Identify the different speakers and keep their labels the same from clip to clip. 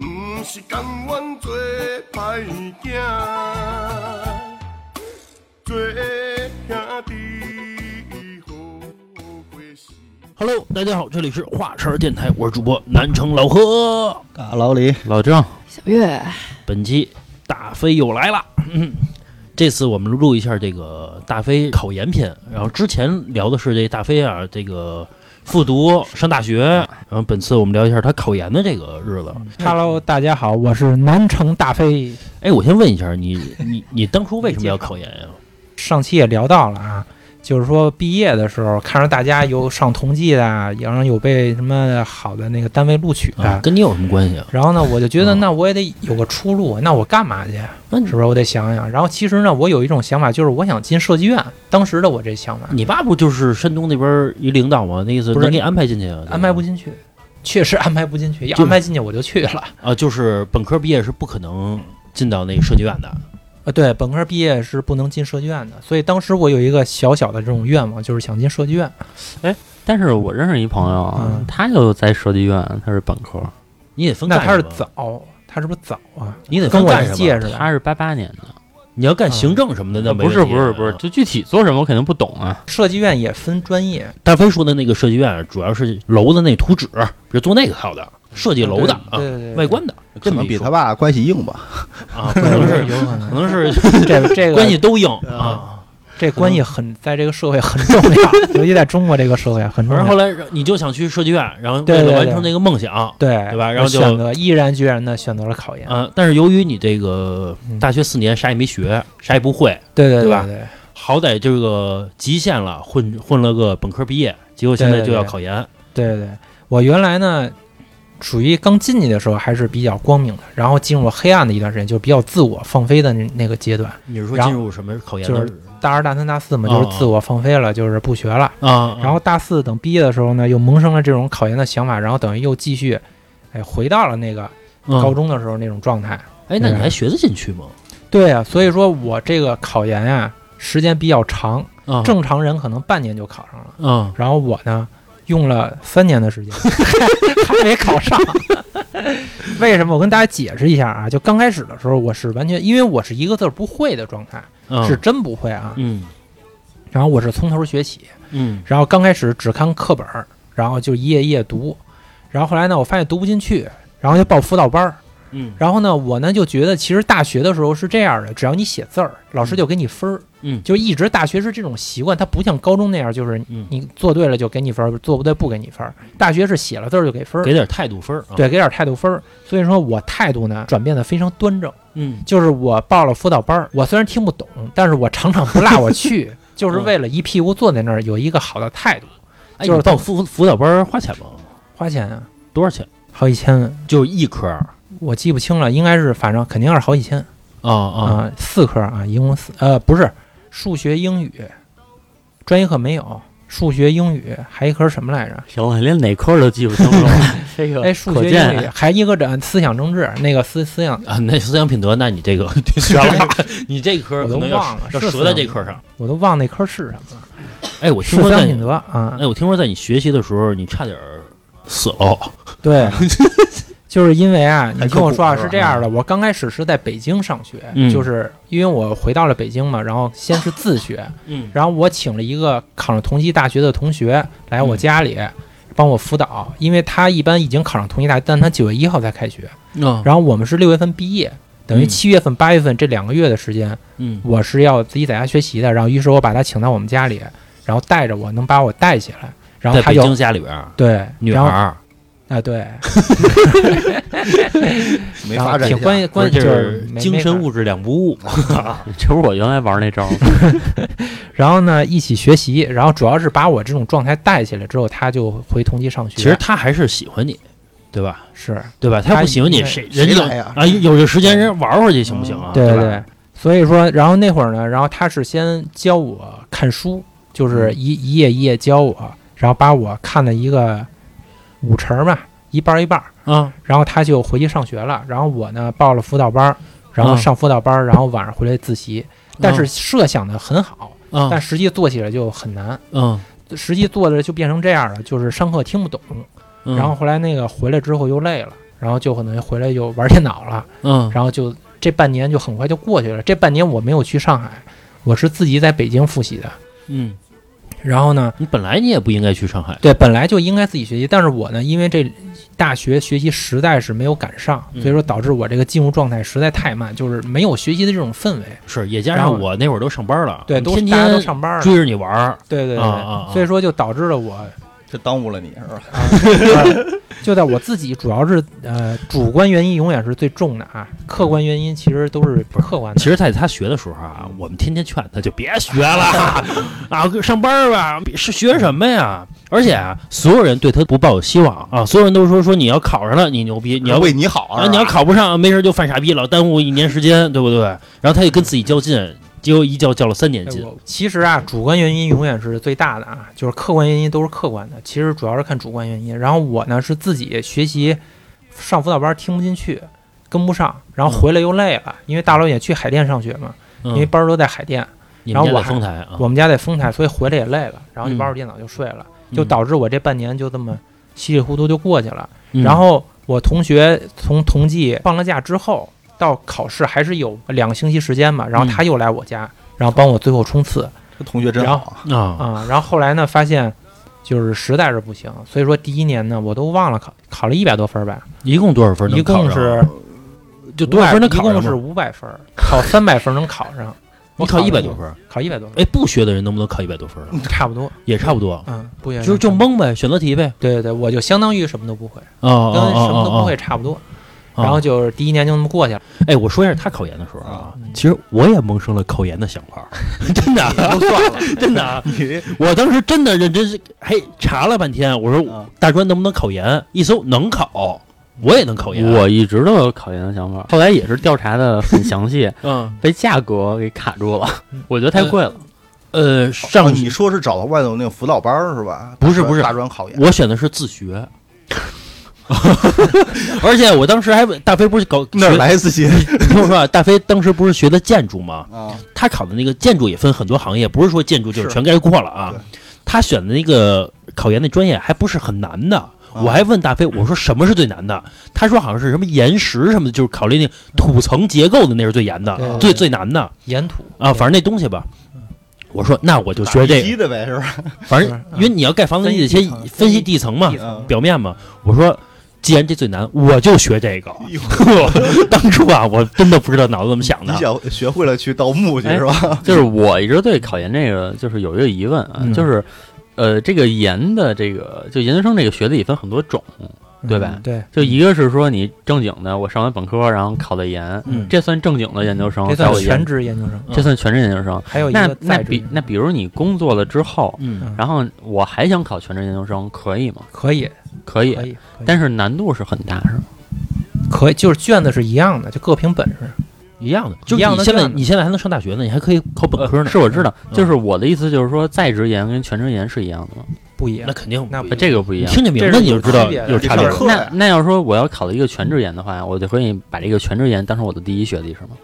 Speaker 1: 毋是甘愿做歹囝，做兄弟好过死。
Speaker 2: Hello，大家好，这里是华车电台，我是主播南城老何。
Speaker 3: 啊，老李，
Speaker 4: 老郑，
Speaker 5: 小月，
Speaker 2: 本期大飞又来了，嗯这次我们录一下这个大飞考研篇。然后之前聊的是这大飞啊，这个复读上大学。
Speaker 6: 嗯
Speaker 2: 然后本次我们聊一下他考研的这个日子。
Speaker 6: Hello，大家好，我是南城大飞。
Speaker 2: 哎，我先问一下你，你你当初为什么要考研啊呀、
Speaker 6: 上期也聊到了啊，就是说毕业的时候，看着大家有上同济的，然后有被什么好的那个单位录取的，
Speaker 2: 啊？跟你有什么关系啊？
Speaker 6: 然后呢，我就觉得
Speaker 2: 嗯
Speaker 6: 那我也得有个出路，那我干嘛去？
Speaker 2: 那你
Speaker 6: 是不是？我得想想。然后其实呢，我有一种想法，就是我想进设计院。当时的我这想法，
Speaker 2: 你爸不就是山东那边一领导吗？那意思
Speaker 6: 不是
Speaker 2: 能给你安排进去啊？
Speaker 6: 安排不进去，确实安排不进去。要
Speaker 2: 就
Speaker 6: 安排进去我就去了。
Speaker 2: 啊，就是本科毕业是不可能进到那个设计院的。
Speaker 6: 呃，对，本科毕业是不能进设计院的，所以当时我有一个小小的这种愿望，就是想进设计院。
Speaker 4: 但是我认识一朋友啊，
Speaker 6: 嗯
Speaker 4: 他就在设计院，他是本科，
Speaker 2: 你得分
Speaker 6: 那
Speaker 2: 干
Speaker 6: 他是
Speaker 2: 什么
Speaker 6: 早，他是不是早啊？
Speaker 2: 你得
Speaker 6: 跟
Speaker 2: 分
Speaker 6: 我
Speaker 2: 干
Speaker 6: 一
Speaker 2: 什
Speaker 6: 届
Speaker 2: 么？
Speaker 6: 似的。嗯
Speaker 4: 他是八八年
Speaker 2: 你要干行政什么的，那
Speaker 4: 的，
Speaker 2: 没
Speaker 4: 不是
Speaker 2: 问题
Speaker 4: 不是不是，
Speaker 2: 啊
Speaker 4: 就具体做什么我肯定不懂啊。
Speaker 6: 设计院也分专业，
Speaker 2: 大飞说的那个设计院，主要是楼的那图纸，比如做那个套的，设计楼的
Speaker 6: 对
Speaker 2: 啊，
Speaker 6: 对对对
Speaker 2: 外观的，
Speaker 3: 可
Speaker 2: 这么
Speaker 3: 能
Speaker 2: 一
Speaker 3: 比
Speaker 2: 说
Speaker 3: 他爸关系硬吧？
Speaker 2: 啊，可能是
Speaker 6: 有可
Speaker 2: 可
Speaker 6: 能
Speaker 2: 能是
Speaker 6: 这个 这
Speaker 2: 关
Speaker 6: 个
Speaker 2: 系都硬啊。
Speaker 6: 这关系很在这个社会很重要，尤其在中国这个社会很重
Speaker 2: 然后
Speaker 6: 要
Speaker 2: 后。来你就想去设计院，然后
Speaker 6: 对
Speaker 2: 为了
Speaker 6: 对
Speaker 2: 完
Speaker 6: 对
Speaker 2: 成那个梦想，
Speaker 6: 对
Speaker 2: 对吧然后
Speaker 6: 我
Speaker 2: 就
Speaker 6: 选择毅然决然的选择了考研，
Speaker 2: 呃，但是由于你这个
Speaker 6: 嗯
Speaker 2: 大学四年啥也没学，啥也不会，
Speaker 6: 对对
Speaker 2: 对吧
Speaker 6: 对对，
Speaker 2: 好歹这个极限了，混混了个本科毕业，结果现在就要考研，
Speaker 6: 对对对，我原来呢，属于刚进去的时候还是比较光明的，然后进入了黑暗的一段时间，就比较自我放飞的那那个阶段。
Speaker 2: 你是说
Speaker 6: 然
Speaker 2: 进
Speaker 6: 后
Speaker 2: 入什么考研
Speaker 6: 就
Speaker 2: 的
Speaker 6: 是大二、大三、大四嘛，
Speaker 2: 哦
Speaker 6: 就是自我放飞了，就是不学了。
Speaker 2: 啊？
Speaker 6: 然后大四等毕业的时候呢，又萌生了这种考研的想法，然后等于又继续，哎，回到了那个高
Speaker 2: 中，
Speaker 6: 中的时候那种状态。
Speaker 2: 嗯哎，那你还学得进去吗？
Speaker 6: 对啊，所以说我这个考研啊，时间比较长，
Speaker 2: 啊，
Speaker 6: 正常人可能半年就考上了，
Speaker 2: 啊，
Speaker 6: 然后我呢用了三年的 时间，还没考上。为什么？我跟大家解释一下啊，就刚开始的时候，我是完全因为我是一个字儿不会的状态，
Speaker 2: 啊
Speaker 6: 是，真不会啊。
Speaker 2: 嗯
Speaker 6: 然后我是从头学起，
Speaker 2: 嗯
Speaker 6: 然后刚开始只看课本儿，然后就一页一页读，然后后来呢，我发现读不进去，然后就报辅导班儿。
Speaker 2: 嗯
Speaker 6: 然后呢，我呢就觉得其实大学的时候是这样的，只要你写字儿，老师就给你分儿。
Speaker 2: 嗯
Speaker 6: 就一直大学是这种习惯，它不像高中那样，就是
Speaker 2: 嗯，
Speaker 6: 你做对了就给你分儿，做不对不给你分儿。大学是写了字儿就给分儿
Speaker 2: 给，点态度分儿啊。，
Speaker 6: 对，给点态度分儿。所以说我态度呢转变得非常端正，
Speaker 2: 嗯
Speaker 6: 就是我报了辅导班儿，我虽然听不懂，但是我场场不落我去，就是
Speaker 2: 嗯
Speaker 6: 为了一屁股坐在那儿有一个好的态度。
Speaker 2: 哎，
Speaker 6: 就是
Speaker 2: 你报辅辅导班儿花钱吗？
Speaker 6: 花钱啊，
Speaker 2: 多少钱？
Speaker 6: 好几千，啊
Speaker 2: 就是一科
Speaker 6: 我记不清了，应该是反正肯定是好几千
Speaker 2: 啊啊，
Speaker 6: 啊、四科啊，一共四呃不是数学、英语，专业课没有，数学、英语还一科什么来着？
Speaker 4: 行了，连哪科都记不清楚， 这个
Speaker 6: 哎，数
Speaker 4: 可
Speaker 6: 学、
Speaker 4: 见
Speaker 6: 英语还一个这思想政治，那个思思想
Speaker 2: 啊，那思想品德，那你这个学了， 你这科
Speaker 6: 我
Speaker 2: 可
Speaker 6: 都
Speaker 2: 能要
Speaker 6: 忘了
Speaker 2: 要
Speaker 6: 是
Speaker 2: 折
Speaker 6: 思
Speaker 2: 在
Speaker 6: 想
Speaker 2: 这
Speaker 6: 品
Speaker 2: 科上。
Speaker 6: 我都忘那科是什么了，
Speaker 2: 哎，我听
Speaker 6: 是
Speaker 2: 说
Speaker 6: 思
Speaker 2: 在
Speaker 6: 想
Speaker 2: 你
Speaker 6: 品德啊，
Speaker 2: 哎，我听说在你学习的时候，你差点儿死了。
Speaker 6: 对，就是因为啊，
Speaker 3: 还
Speaker 6: 你听我
Speaker 3: 刻
Speaker 6: 说啊，
Speaker 3: 苦
Speaker 6: 是这样的，我刚开始是在北京上学，
Speaker 2: 嗯
Speaker 6: 就是因为我回到了北京嘛，然后先是自学，
Speaker 2: 嗯
Speaker 6: 然后我请了一个考上同济大学的同学来
Speaker 2: 嗯
Speaker 6: 我家里。帮我辅导，因为他一般已经考上同济大学，但他九月一号才开学。
Speaker 2: 啊，
Speaker 6: 然后我们是六月份毕业，等于
Speaker 2: 嗯
Speaker 6: 七月份、八月份这两个月的时间，
Speaker 2: 嗯
Speaker 6: 我是要自己在家学习的，然后于是我把他请到我们家里，然后带着我能把我带起来，然后
Speaker 2: 在
Speaker 6: 他
Speaker 2: 北
Speaker 6: 就
Speaker 2: 京家里边儿，
Speaker 6: 对，
Speaker 2: 女
Speaker 6: 然
Speaker 2: 孩
Speaker 6: 后
Speaker 2: 儿
Speaker 6: 啊对，
Speaker 3: 没
Speaker 6: 然
Speaker 3: 发
Speaker 6: 后
Speaker 3: 展
Speaker 6: 挺
Speaker 3: 一下
Speaker 6: 关关
Speaker 2: 就
Speaker 6: 就是
Speaker 2: 是
Speaker 6: 没
Speaker 2: 精
Speaker 6: 没法
Speaker 2: 神物质两不误。
Speaker 4: 这不是我原来玩那招 吗？
Speaker 6: 然后呢一起学习，然后主要是把我这种状态带起来之后，他就回同济上学，
Speaker 2: 其实他还是喜欢你，对吧？
Speaker 6: 是
Speaker 2: 对吧？他要不喜欢你，
Speaker 6: 他
Speaker 2: 谁人有
Speaker 3: 谁来呀
Speaker 2: 啊？有这时间人玩会儿去行不行啊？
Speaker 6: 嗯对
Speaker 2: 对吧
Speaker 6: 对，所以说，然后那会儿呢，然后他是先教我看书，
Speaker 2: 嗯
Speaker 6: 就是一一页一页教我，然后把我看的一个五成儿吧，一半儿一半儿。
Speaker 2: 啊，
Speaker 6: 然后他就回去上学了，然后我呢报了辅导班儿，然后
Speaker 2: 嗯
Speaker 6: 上辅导班儿，然后晚上回来自习。但是
Speaker 2: 嗯
Speaker 6: 设想的很好，
Speaker 2: 啊
Speaker 6: 但实际做起来就很难，
Speaker 2: 嗯，
Speaker 6: 实际做的就变成这样了，就是上课听不懂，
Speaker 2: 嗯
Speaker 6: 然后后来那个回来之后又累了，然后就可能回来就玩电脑了，
Speaker 2: 嗯
Speaker 6: 然后就这半年就很快就过去了。这半年我没有去上海，我是自己在北京复习的。
Speaker 2: 嗯，
Speaker 6: 然后呢，
Speaker 2: 你本来你也不应该去上海，
Speaker 6: 对，本来就应该自己学习，但是我呢，因为这大学学习实在是没有赶上，
Speaker 2: 嗯
Speaker 6: 所以说导致我这个进入状态实在太慢，就是没有学习的这种氛围。
Speaker 2: 是也加
Speaker 6: 然后
Speaker 2: 上我那会儿都上班了，
Speaker 6: 对，都
Speaker 2: 天
Speaker 6: 大家都
Speaker 2: 天
Speaker 6: 上班了，
Speaker 2: 追着你玩儿，
Speaker 6: 对对对，
Speaker 2: 啊啊啊
Speaker 6: 所以说就导致了我
Speaker 3: 这耽误了你是吧？
Speaker 6: 就在我自己主要是呃主观原因永远是最重的啊，客观原因其实都是客观的。
Speaker 2: 其实，在他学的时候啊，
Speaker 6: 嗯
Speaker 2: 我们天天劝他就别学了 啊，上班儿吧，别是学什么呀？而且啊，所有人对他不抱有希望啊，所有人都说说你要考上了，你牛
Speaker 6: 嗯
Speaker 2: 逼， 你要
Speaker 3: 为你好啊
Speaker 2: 啊，！你要考不上，没事就犯傻逼，老耽误一年时间，对不对？然后他就跟自己较劲，结果一较较了三年
Speaker 6: 哎
Speaker 2: 劲。
Speaker 6: 我其实啊，主观原因永远是最大的啊，就是客观原因都是客观的，其实主要是看主观原因。然后我呢是自己学习上辅导班听不进去，跟不上，然后回来又累了，因为大老远去海淀上学嘛，因为
Speaker 2: 嗯，
Speaker 6: 班儿都在海淀，
Speaker 2: 你
Speaker 6: 然
Speaker 2: 们家
Speaker 6: 后我
Speaker 2: 在
Speaker 6: 还
Speaker 2: 丰台啊，
Speaker 6: 我们家在丰台，所以回来也累了，然后就
Speaker 2: 嗯
Speaker 6: 玩会儿电脑就睡了，
Speaker 2: 嗯
Speaker 6: 就导致我这半年就这么稀里糊涂就过去了。
Speaker 2: 嗯
Speaker 6: 然后我同学从同济放了假之后到考试还是有两个星期时间嘛，
Speaker 2: 嗯
Speaker 6: 然后他又来我家，然后帮我最后冲刺
Speaker 3: 这同学真好啊，
Speaker 2: 啊，
Speaker 6: 啊、然后后来呢，发现就是实在是不行，所以说第一年呢，我都忘了考考了一百多分儿吧，
Speaker 2: 一共多少分能
Speaker 6: 一
Speaker 2: 考
Speaker 6: 共
Speaker 2: 上
Speaker 6: 是
Speaker 2: 就多少分能
Speaker 6: 一
Speaker 2: 考上吗？
Speaker 6: 共是五百分儿，考三百分儿能考上，
Speaker 2: 你
Speaker 6: 我
Speaker 2: 考
Speaker 6: 考
Speaker 2: 一百
Speaker 6: 了
Speaker 2: 多分儿，
Speaker 6: 考一百多分
Speaker 2: 哎，不学的人能不能考一百多分啊？
Speaker 6: 儿，差不多，
Speaker 2: 也差不多，
Speaker 6: 嗯，不远
Speaker 2: 就就
Speaker 6: 差不多
Speaker 2: 蒙呗，选择题呗，
Speaker 6: 对对对，我就相当于什么都不会，
Speaker 2: 啊
Speaker 6: 嗯跟
Speaker 2: 啊
Speaker 6: 什么都不
Speaker 2: 啊
Speaker 6: 会！差不多。
Speaker 2: 啊
Speaker 6: 然后就是第一年就那么过去了，
Speaker 2: 哎，我说一下他考研的时候啊
Speaker 3: 啊，
Speaker 2: 其实我也萌生了考研的想 法儿，真的啊，
Speaker 3: 都算了。
Speaker 2: 真的啊，
Speaker 3: 你
Speaker 2: 我当时真的认真是，嘿，查了半天，我说
Speaker 3: 啊
Speaker 2: 大专能不能考研？一搜能考，我也能考研。
Speaker 4: 我一直都有考研的想法，后来也是调查的很详 细，
Speaker 2: 嗯
Speaker 4: 被价格给卡住了，我觉得太贵了。
Speaker 2: 呃，
Speaker 3: 哦
Speaker 2: 上
Speaker 3: 你说是找到外头那个辅导班儿是吧？
Speaker 2: 不是不是
Speaker 3: 大专考研，
Speaker 2: 我选的是自 学，而且我当时还大飞不是搞学
Speaker 3: 那儿来自信
Speaker 2: 你听我说啊，大飞当时不是学的建筑吗？
Speaker 3: 啊，
Speaker 2: 他考的那个建筑也分很多行业，不是说建筑就是
Speaker 3: 是
Speaker 2: 全概括了啊
Speaker 3: 对。
Speaker 2: 他选的那个考研那专业还不是很难的，我
Speaker 3: 啊
Speaker 2: 还问大飞，我说什么是最难的？他说好像是什么岩石什么的，就是考虑那土层结构的那是最严的，
Speaker 6: 对对
Speaker 2: 最
Speaker 6: 对
Speaker 2: 最难的
Speaker 6: 沿途
Speaker 2: 啊，反正那东西吧。我说那我就学这个，
Speaker 3: 个的呗，是吧？
Speaker 2: 反正
Speaker 6: 是嗯
Speaker 2: 因为你要盖房子，
Speaker 6: 分
Speaker 2: 你
Speaker 6: 析
Speaker 2: 得先
Speaker 6: 地层
Speaker 2: 分析地层嘛
Speaker 6: 地，
Speaker 3: 嗯
Speaker 6: 层
Speaker 2: 表面嘛。我说既然这最难，我就学这个。
Speaker 3: 哎呦
Speaker 2: 当初啊，我真的不知道脑子怎么想
Speaker 3: 你
Speaker 2: 的。
Speaker 3: 想学会了去盗墓去
Speaker 4: 哎
Speaker 3: 是
Speaker 2: 啊
Speaker 3: 吧？
Speaker 4: 就是我一直对考研这个就是有一个疑问啊，
Speaker 2: 嗯
Speaker 4: 就是呃，这个研的这个就研究生这个学历也分很多种，对吧
Speaker 6: 嗯对，
Speaker 4: 就一个是说你正经的，我上完本科然后考的研，
Speaker 2: 嗯
Speaker 4: 这算正经的研
Speaker 2: 哦
Speaker 4: 究生，
Speaker 6: 这
Speaker 4: 在
Speaker 6: 算
Speaker 4: 我
Speaker 6: 全
Speaker 4: 研，
Speaker 6: 职研究生，
Speaker 4: 这算全职研究生。
Speaker 6: 还有一
Speaker 4: 那
Speaker 6: 个
Speaker 4: 那
Speaker 6: 在职
Speaker 4: 比
Speaker 6: 研究
Speaker 4: 那
Speaker 6: 生，
Speaker 4: 比如你工作了之后，
Speaker 2: 嗯，
Speaker 4: 然后我还想考全职研究生，可以吗？
Speaker 6: 可以
Speaker 4: 可以
Speaker 6: 可，以，可以
Speaker 4: 但是难度是很大，是吗？
Speaker 6: 可以就是卷子是一样的，就各凭本事。
Speaker 2: 一样的，就
Speaker 6: 一
Speaker 2: 是
Speaker 6: 样
Speaker 2: 你
Speaker 6: 的
Speaker 2: 现在
Speaker 6: 这样的
Speaker 2: 你现在还能上大学呢，你还可以考本科呢。
Speaker 6: 呃
Speaker 4: 是我知道，
Speaker 2: 嗯
Speaker 4: 就是我的意思就是说，在职研跟全职研是一样的吗？
Speaker 6: 不一样
Speaker 2: 那，肯定
Speaker 6: 那
Speaker 2: 不一
Speaker 6: 不
Speaker 2: 样
Speaker 4: 这个不一
Speaker 2: 你
Speaker 4: 样。
Speaker 2: 听这名字
Speaker 6: 这是
Speaker 2: 你就
Speaker 6: 有
Speaker 2: 知道
Speaker 6: 区别的
Speaker 2: 有差别
Speaker 3: 这
Speaker 2: 了
Speaker 3: 是。课
Speaker 4: 那
Speaker 3: 呀
Speaker 4: 那要说我要考了一个全职研的话，我就可以把这个全职研当成我的第一学历是吗？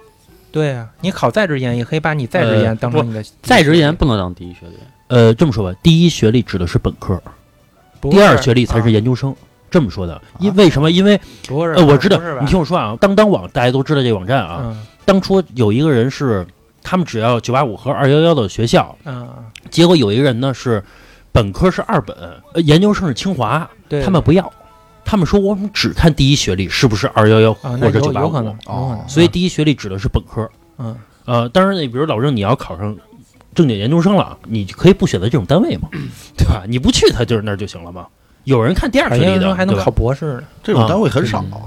Speaker 6: 对啊，你考在职研也可以把你在职
Speaker 2: 呃
Speaker 6: 研当成你的
Speaker 4: 在职研不能当第一学历，
Speaker 2: 呃，这么说吧，第一学历指的是本科，
Speaker 6: 不
Speaker 2: 第二
Speaker 6: 是
Speaker 2: 学历才是
Speaker 6: 啊
Speaker 2: 研究生。这么说的，因为什么？因为
Speaker 6: 不是
Speaker 2: 呃，我知道
Speaker 6: 不是，吧
Speaker 2: 你听我说啊，当当网大家都知道这网站啊，
Speaker 6: 嗯
Speaker 2: 当初有一个人是他们只要九八五和二幺幺的学校，
Speaker 6: 嗯，嗯
Speaker 2: 结果有一个人呢是本科是二本，呃研究生是清华，
Speaker 6: 对
Speaker 2: 他们不要，他们说我们只看第一学历是不是二幺幺
Speaker 6: 啊，那
Speaker 2: 或者
Speaker 6: 有
Speaker 2: 九八
Speaker 6: 有可能
Speaker 2: 五
Speaker 6: 有，可能，
Speaker 2: 所以第一学历指的是本科。
Speaker 6: 嗯
Speaker 2: 呃，当然，那比如老郑，你要考上正经研究生了，你就可以不选择这种单位嘛，对吧？你不去他就是那儿就行了嘛。有人看第二
Speaker 6: 考
Speaker 2: 学
Speaker 6: 研
Speaker 2: 历
Speaker 6: 究生
Speaker 2: 的，
Speaker 6: 还
Speaker 2: 对
Speaker 6: 能
Speaker 2: 吧
Speaker 6: 考博士呢，
Speaker 3: 这
Speaker 2: 啊
Speaker 3: 种单位很少
Speaker 4: 嗯，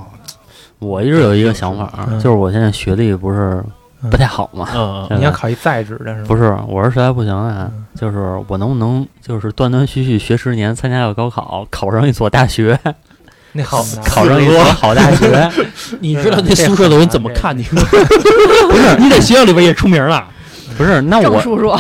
Speaker 4: 我一直有一个想法啊，
Speaker 6: 嗯
Speaker 4: 就是我现在学历不是
Speaker 6: 嗯
Speaker 4: 不太好嘛，
Speaker 2: 嗯嗯
Speaker 4: 对
Speaker 6: 你要考一在职的是吗？
Speaker 4: 不是，我是实在不行啊
Speaker 6: 嗯，
Speaker 4: 就是我能不能就是断断续续学十年，参加个高考，考上一所大学，
Speaker 6: 那好难，
Speaker 4: 考上一所好大学，
Speaker 2: 嗯，你知道那宿舍的人怎么看你吗？
Speaker 4: 不是
Speaker 2: 你在学校里边也出名了，
Speaker 4: 不是，那
Speaker 5: 郑
Speaker 4: 我
Speaker 5: 叔叔，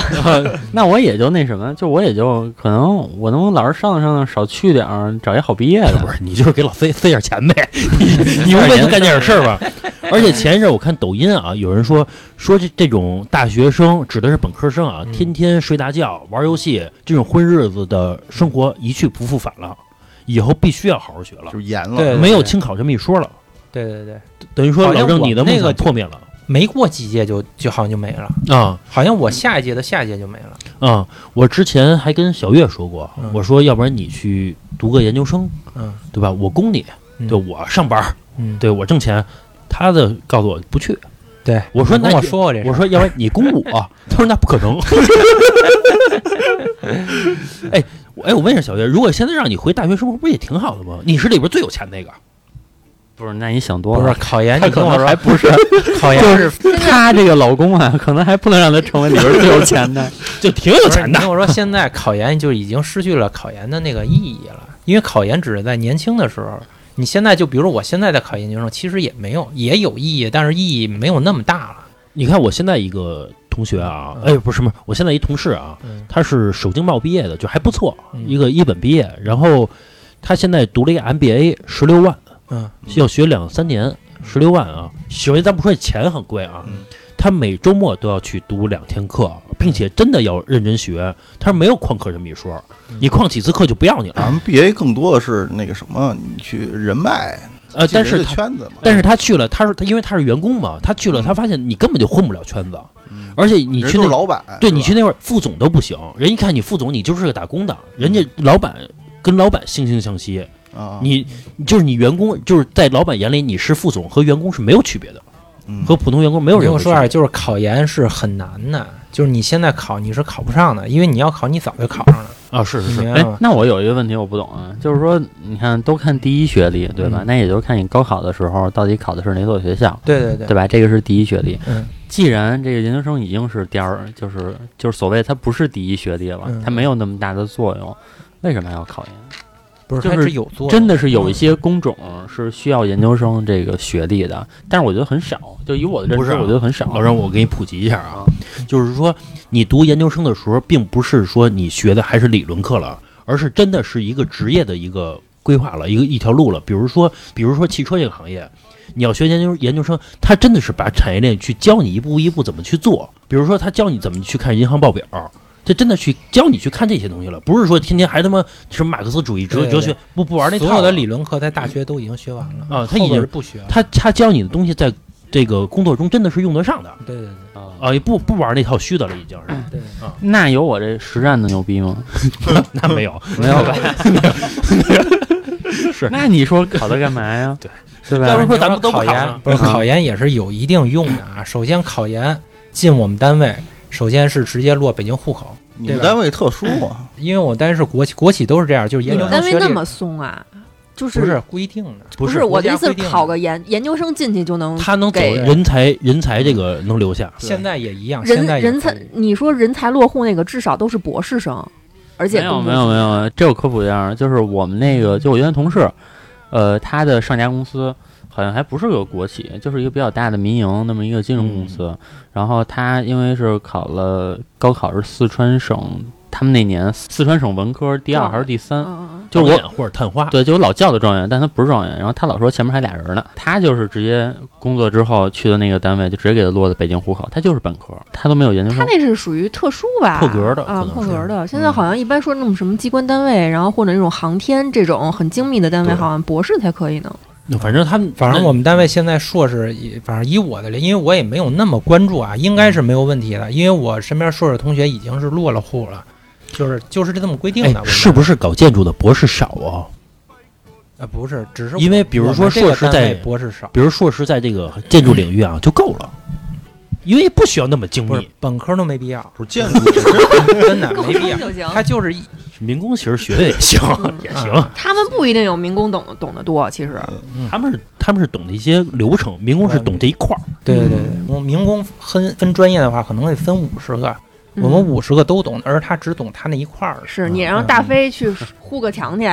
Speaker 4: 那我也就那什么，就我也就可能我能不能老师上上少去点儿，找一好毕业的
Speaker 2: 不。是？你就是给老飞塞点钱 呗，你你无非就干这点事儿吧。而且前一阵我看抖音啊，有人说说这这种大学生指的是本科生啊，
Speaker 6: 嗯
Speaker 2: 天天睡大觉、玩游戏，这种混日子的生活一去不复返了。以后必须要好好学了，
Speaker 3: 就严了。
Speaker 6: 对
Speaker 2: 没有清考这么一说了。
Speaker 6: 对对对，
Speaker 2: 等于说
Speaker 6: 好像
Speaker 2: 老郑
Speaker 6: 我
Speaker 2: 你的梦
Speaker 6: 那个嗯
Speaker 2: 想破灭了
Speaker 6: 没过几届就就好像就没了，
Speaker 2: 啊
Speaker 6: 好像我下一届的下一届就没了。
Speaker 2: 啊！我之前还跟小月说过，
Speaker 6: 嗯
Speaker 2: 我说要不然你去读个研究生，
Speaker 6: 嗯，
Speaker 2: 对吧？我供你，
Speaker 6: 嗯
Speaker 2: 对我上班，
Speaker 6: 嗯，
Speaker 2: 对我挣钱。他的告诉我不去，
Speaker 6: 对，
Speaker 2: 我说
Speaker 6: 你跟
Speaker 2: 那
Speaker 6: 我
Speaker 2: 你
Speaker 6: 说过这事儿，
Speaker 2: 我说要不然你 供我，他说那不可能。哎，我哎，我问一下小月，如果现在让你回大学生活，不是也挺好的吗？你是里边最有钱那个，
Speaker 4: 不是，那你想多
Speaker 6: 不是
Speaker 4: 了。
Speaker 6: 考研，
Speaker 4: 他
Speaker 6: 你
Speaker 4: 可
Speaker 6: 跟我
Speaker 4: 能还
Speaker 6: 说
Speaker 4: 不是，
Speaker 6: 考研
Speaker 4: 就是他这个老公啊，可能还不能让他成为里边最有钱的。
Speaker 2: 就挺有
Speaker 6: 不是
Speaker 2: 钱
Speaker 6: 你
Speaker 2: 的
Speaker 6: 跟我说，现在考研就已经失去了考研的那个意义了，因为考研只是在年轻的时候。你现在就比如说我现在在考研究生，其实也没有也有意义，但是意义没有那么大了。
Speaker 2: 你看我现在一个同学啊，
Speaker 6: 嗯
Speaker 2: 哎，不是不是，我现在一同事啊，
Speaker 6: 嗯
Speaker 2: 他是首经贸毕业的，就还不错，
Speaker 6: 嗯
Speaker 2: 一个一本毕业，然后他现在读了一个 MBA，十六万，
Speaker 6: 嗯
Speaker 2: 要学两三年，十六万啊！首先咱不说钱很贵啊，
Speaker 3: 嗯
Speaker 2: 他每周末都要去读两天课，并且真的要认真学，他没有旷课这么一说，
Speaker 3: 嗯
Speaker 2: 你旷几次课就不要你了。
Speaker 3: MBA 更多的是那个什么，你去人脉，
Speaker 2: 呃，但
Speaker 3: 进
Speaker 2: 是
Speaker 3: 人的
Speaker 2: 他
Speaker 3: 圈子嘛，
Speaker 2: 但是他去了，他是他因为他是员工嘛，他去了，他发现你根本就混不了圈子，
Speaker 3: 嗯
Speaker 2: 而且你
Speaker 3: 人
Speaker 2: 去
Speaker 3: 都
Speaker 2: 那
Speaker 3: 是老板，
Speaker 2: 对
Speaker 3: 是吧
Speaker 2: 你去那会儿，副总都不行，人一看你副总，你就是个打工的，人家老板跟老板惺惺相惜，
Speaker 3: 嗯啊，
Speaker 2: 你你就是你员工，就是在老板眼里你是副总和员工是没有区别的，
Speaker 3: 嗯
Speaker 2: 和普通员工没有
Speaker 6: 我
Speaker 2: 任何
Speaker 6: 跟我
Speaker 2: 区别。
Speaker 6: 说啊，就是考研是很难的，就是你现在考你是考不上的，因为你要考你早就考上了，
Speaker 2: 啊，是是
Speaker 6: 你
Speaker 2: 是，
Speaker 6: 明白
Speaker 4: 哎
Speaker 6: 吗，？
Speaker 4: 那我有一个问题我不懂啊，就是说，你看都看第一学历对吧？
Speaker 6: 嗯
Speaker 4: 那也就是看你高考的时候到底考的是哪所学校。
Speaker 6: 对对对
Speaker 4: 对吧？这个是第一学历。
Speaker 6: 嗯，
Speaker 4: 既然这个研究生已经是第二，就是就是所谓它不是第一学历了，
Speaker 6: 嗯
Speaker 4: 它没有那么大的作用，为什么要考研？
Speaker 6: 不是
Speaker 4: 就
Speaker 6: 还
Speaker 4: 是
Speaker 6: 有作用
Speaker 4: 真的是有一些工种是需要研究生这个学历的，但是我觉得很少。就以我的认
Speaker 2: 不是
Speaker 4: 知，
Speaker 2: 啊
Speaker 4: 我觉得很少。
Speaker 2: 老让我给你普及一下啊，就是说你读研究生的时候，并不是说你学的还是理论课了，而是真的是一个职业的一个规划了，一个一条路了。比如说，比如说汽车这个行业，你要学研究研究生，他真的是把产业链去教你一步一步怎么去做。比如说，他教你怎么去看银行报表。这真的去教你去看这些东西了，不是说天天还他妈什么马克思主义哲
Speaker 6: 对对
Speaker 2: 哲学
Speaker 6: 对，
Speaker 2: 不不玩那套
Speaker 6: 所有的
Speaker 2: 了
Speaker 6: 理论课在大学啊都已经学完了
Speaker 2: 啊他
Speaker 6: 后
Speaker 2: 已
Speaker 6: 边
Speaker 2: 经
Speaker 6: 是不学了。
Speaker 2: 他他教你的东西在这个工作中真的是用得上的
Speaker 6: 对对对
Speaker 4: 啊
Speaker 2: 啊，也不不玩那套虚的了，已经是。
Speaker 6: 对对，
Speaker 4: 那有我这实战的牛逼吗？
Speaker 2: 那没有，
Speaker 4: 没有吧？ 是，那你说考它干嘛呀？对，对
Speaker 2: 要不然？
Speaker 4: 吧
Speaker 2: 说咱们都不
Speaker 6: 考
Speaker 2: 考
Speaker 6: 研
Speaker 2: 上
Speaker 6: 不是
Speaker 4: 嗯
Speaker 6: 考研也是有一定用的啊。首先考研进我们单位，首先是直接落北京户口，
Speaker 3: 你
Speaker 6: 对
Speaker 3: 们
Speaker 6: 吧
Speaker 3: 单位特殊
Speaker 2: 哎
Speaker 3: 啊，
Speaker 6: 因为我单位是国企，国企都是这样，就是研究生
Speaker 5: 单位
Speaker 6: 学历
Speaker 5: 那么松啊，就
Speaker 6: 不是规定的，
Speaker 5: 不
Speaker 2: 不是
Speaker 5: 我的
Speaker 6: 国家
Speaker 5: 意思
Speaker 6: 规定，的
Speaker 5: 考个研研究生进去就能
Speaker 2: 他能走
Speaker 5: 嗯给
Speaker 2: 人才，人才这个能留下。
Speaker 6: 现在也一样，
Speaker 5: 人
Speaker 6: 现在也
Speaker 5: 人
Speaker 6: 可
Speaker 5: 才
Speaker 6: 以，
Speaker 5: 你说人才落户那个至少都是博士生，而且
Speaker 4: 没有
Speaker 5: 更
Speaker 4: 没有没有，这我科普一下，就是我们那
Speaker 5: 嗯
Speaker 4: 个就我原来同事，呃，他的上家公司好像还不是个国企，就是一个比较大的民营那么一个金融公司。
Speaker 5: 嗯
Speaker 4: 然后他因为是考了高考是四川省，他们那年四川省文科第二还是第三，
Speaker 5: 嗯嗯
Speaker 4: 就是我。
Speaker 2: 导演或者探花，
Speaker 4: 对，就我老叫他状元，但他不是状元。然后他老说前面还俩人呢。他就是直接工作之后去的那个单位，就直接给他落的北京户口。他就是本科，他都没有研
Speaker 5: 嗯，
Speaker 4: 究
Speaker 5: 他
Speaker 4: 生。
Speaker 5: 那是属于特殊吧？
Speaker 2: 破格的
Speaker 5: 啊
Speaker 2: 可，能
Speaker 5: 破
Speaker 2: 是
Speaker 5: 格的。现在好像一般说那种什么机关单位，然后或者那种航天这种很精密的单位，
Speaker 2: 对
Speaker 5: 好像博士才可以呢。
Speaker 2: 反正他们，
Speaker 6: 反正我们单位现在硕士也，反正以我的了，因为我也没有那么关注啊，应该是没有问题的，因为我身边硕士同学已经是落了户了，就是就是这么规定的。
Speaker 2: 哎，是不是搞建筑的博士少啊？
Speaker 6: 啊，不是，只是
Speaker 2: 因为比如说硕士在
Speaker 6: 我们这个单位博士少，
Speaker 2: 比如硕士在这个建筑领域啊就够了，因为不需要那么精
Speaker 6: 不是
Speaker 2: 密。
Speaker 6: 本科都没必要，
Speaker 3: 不是建筑只是
Speaker 6: 真的
Speaker 5: 够
Speaker 6: 没必要
Speaker 5: 深。就行。
Speaker 6: 他就是一
Speaker 2: 民工其实学的也 行，也行
Speaker 6: 啊。
Speaker 5: 他们不一定有民工懂懂得多，其实
Speaker 2: 他们是他们是懂的一些流程，民工是懂这一块儿。
Speaker 6: 对对对，我们民工分分专业的话，可能得分五十个，我们
Speaker 5: 嗯
Speaker 6: 五十个都懂，而他只懂他那一块儿的。
Speaker 5: 是你让
Speaker 6: 嗯
Speaker 5: 大飞去糊个墙去，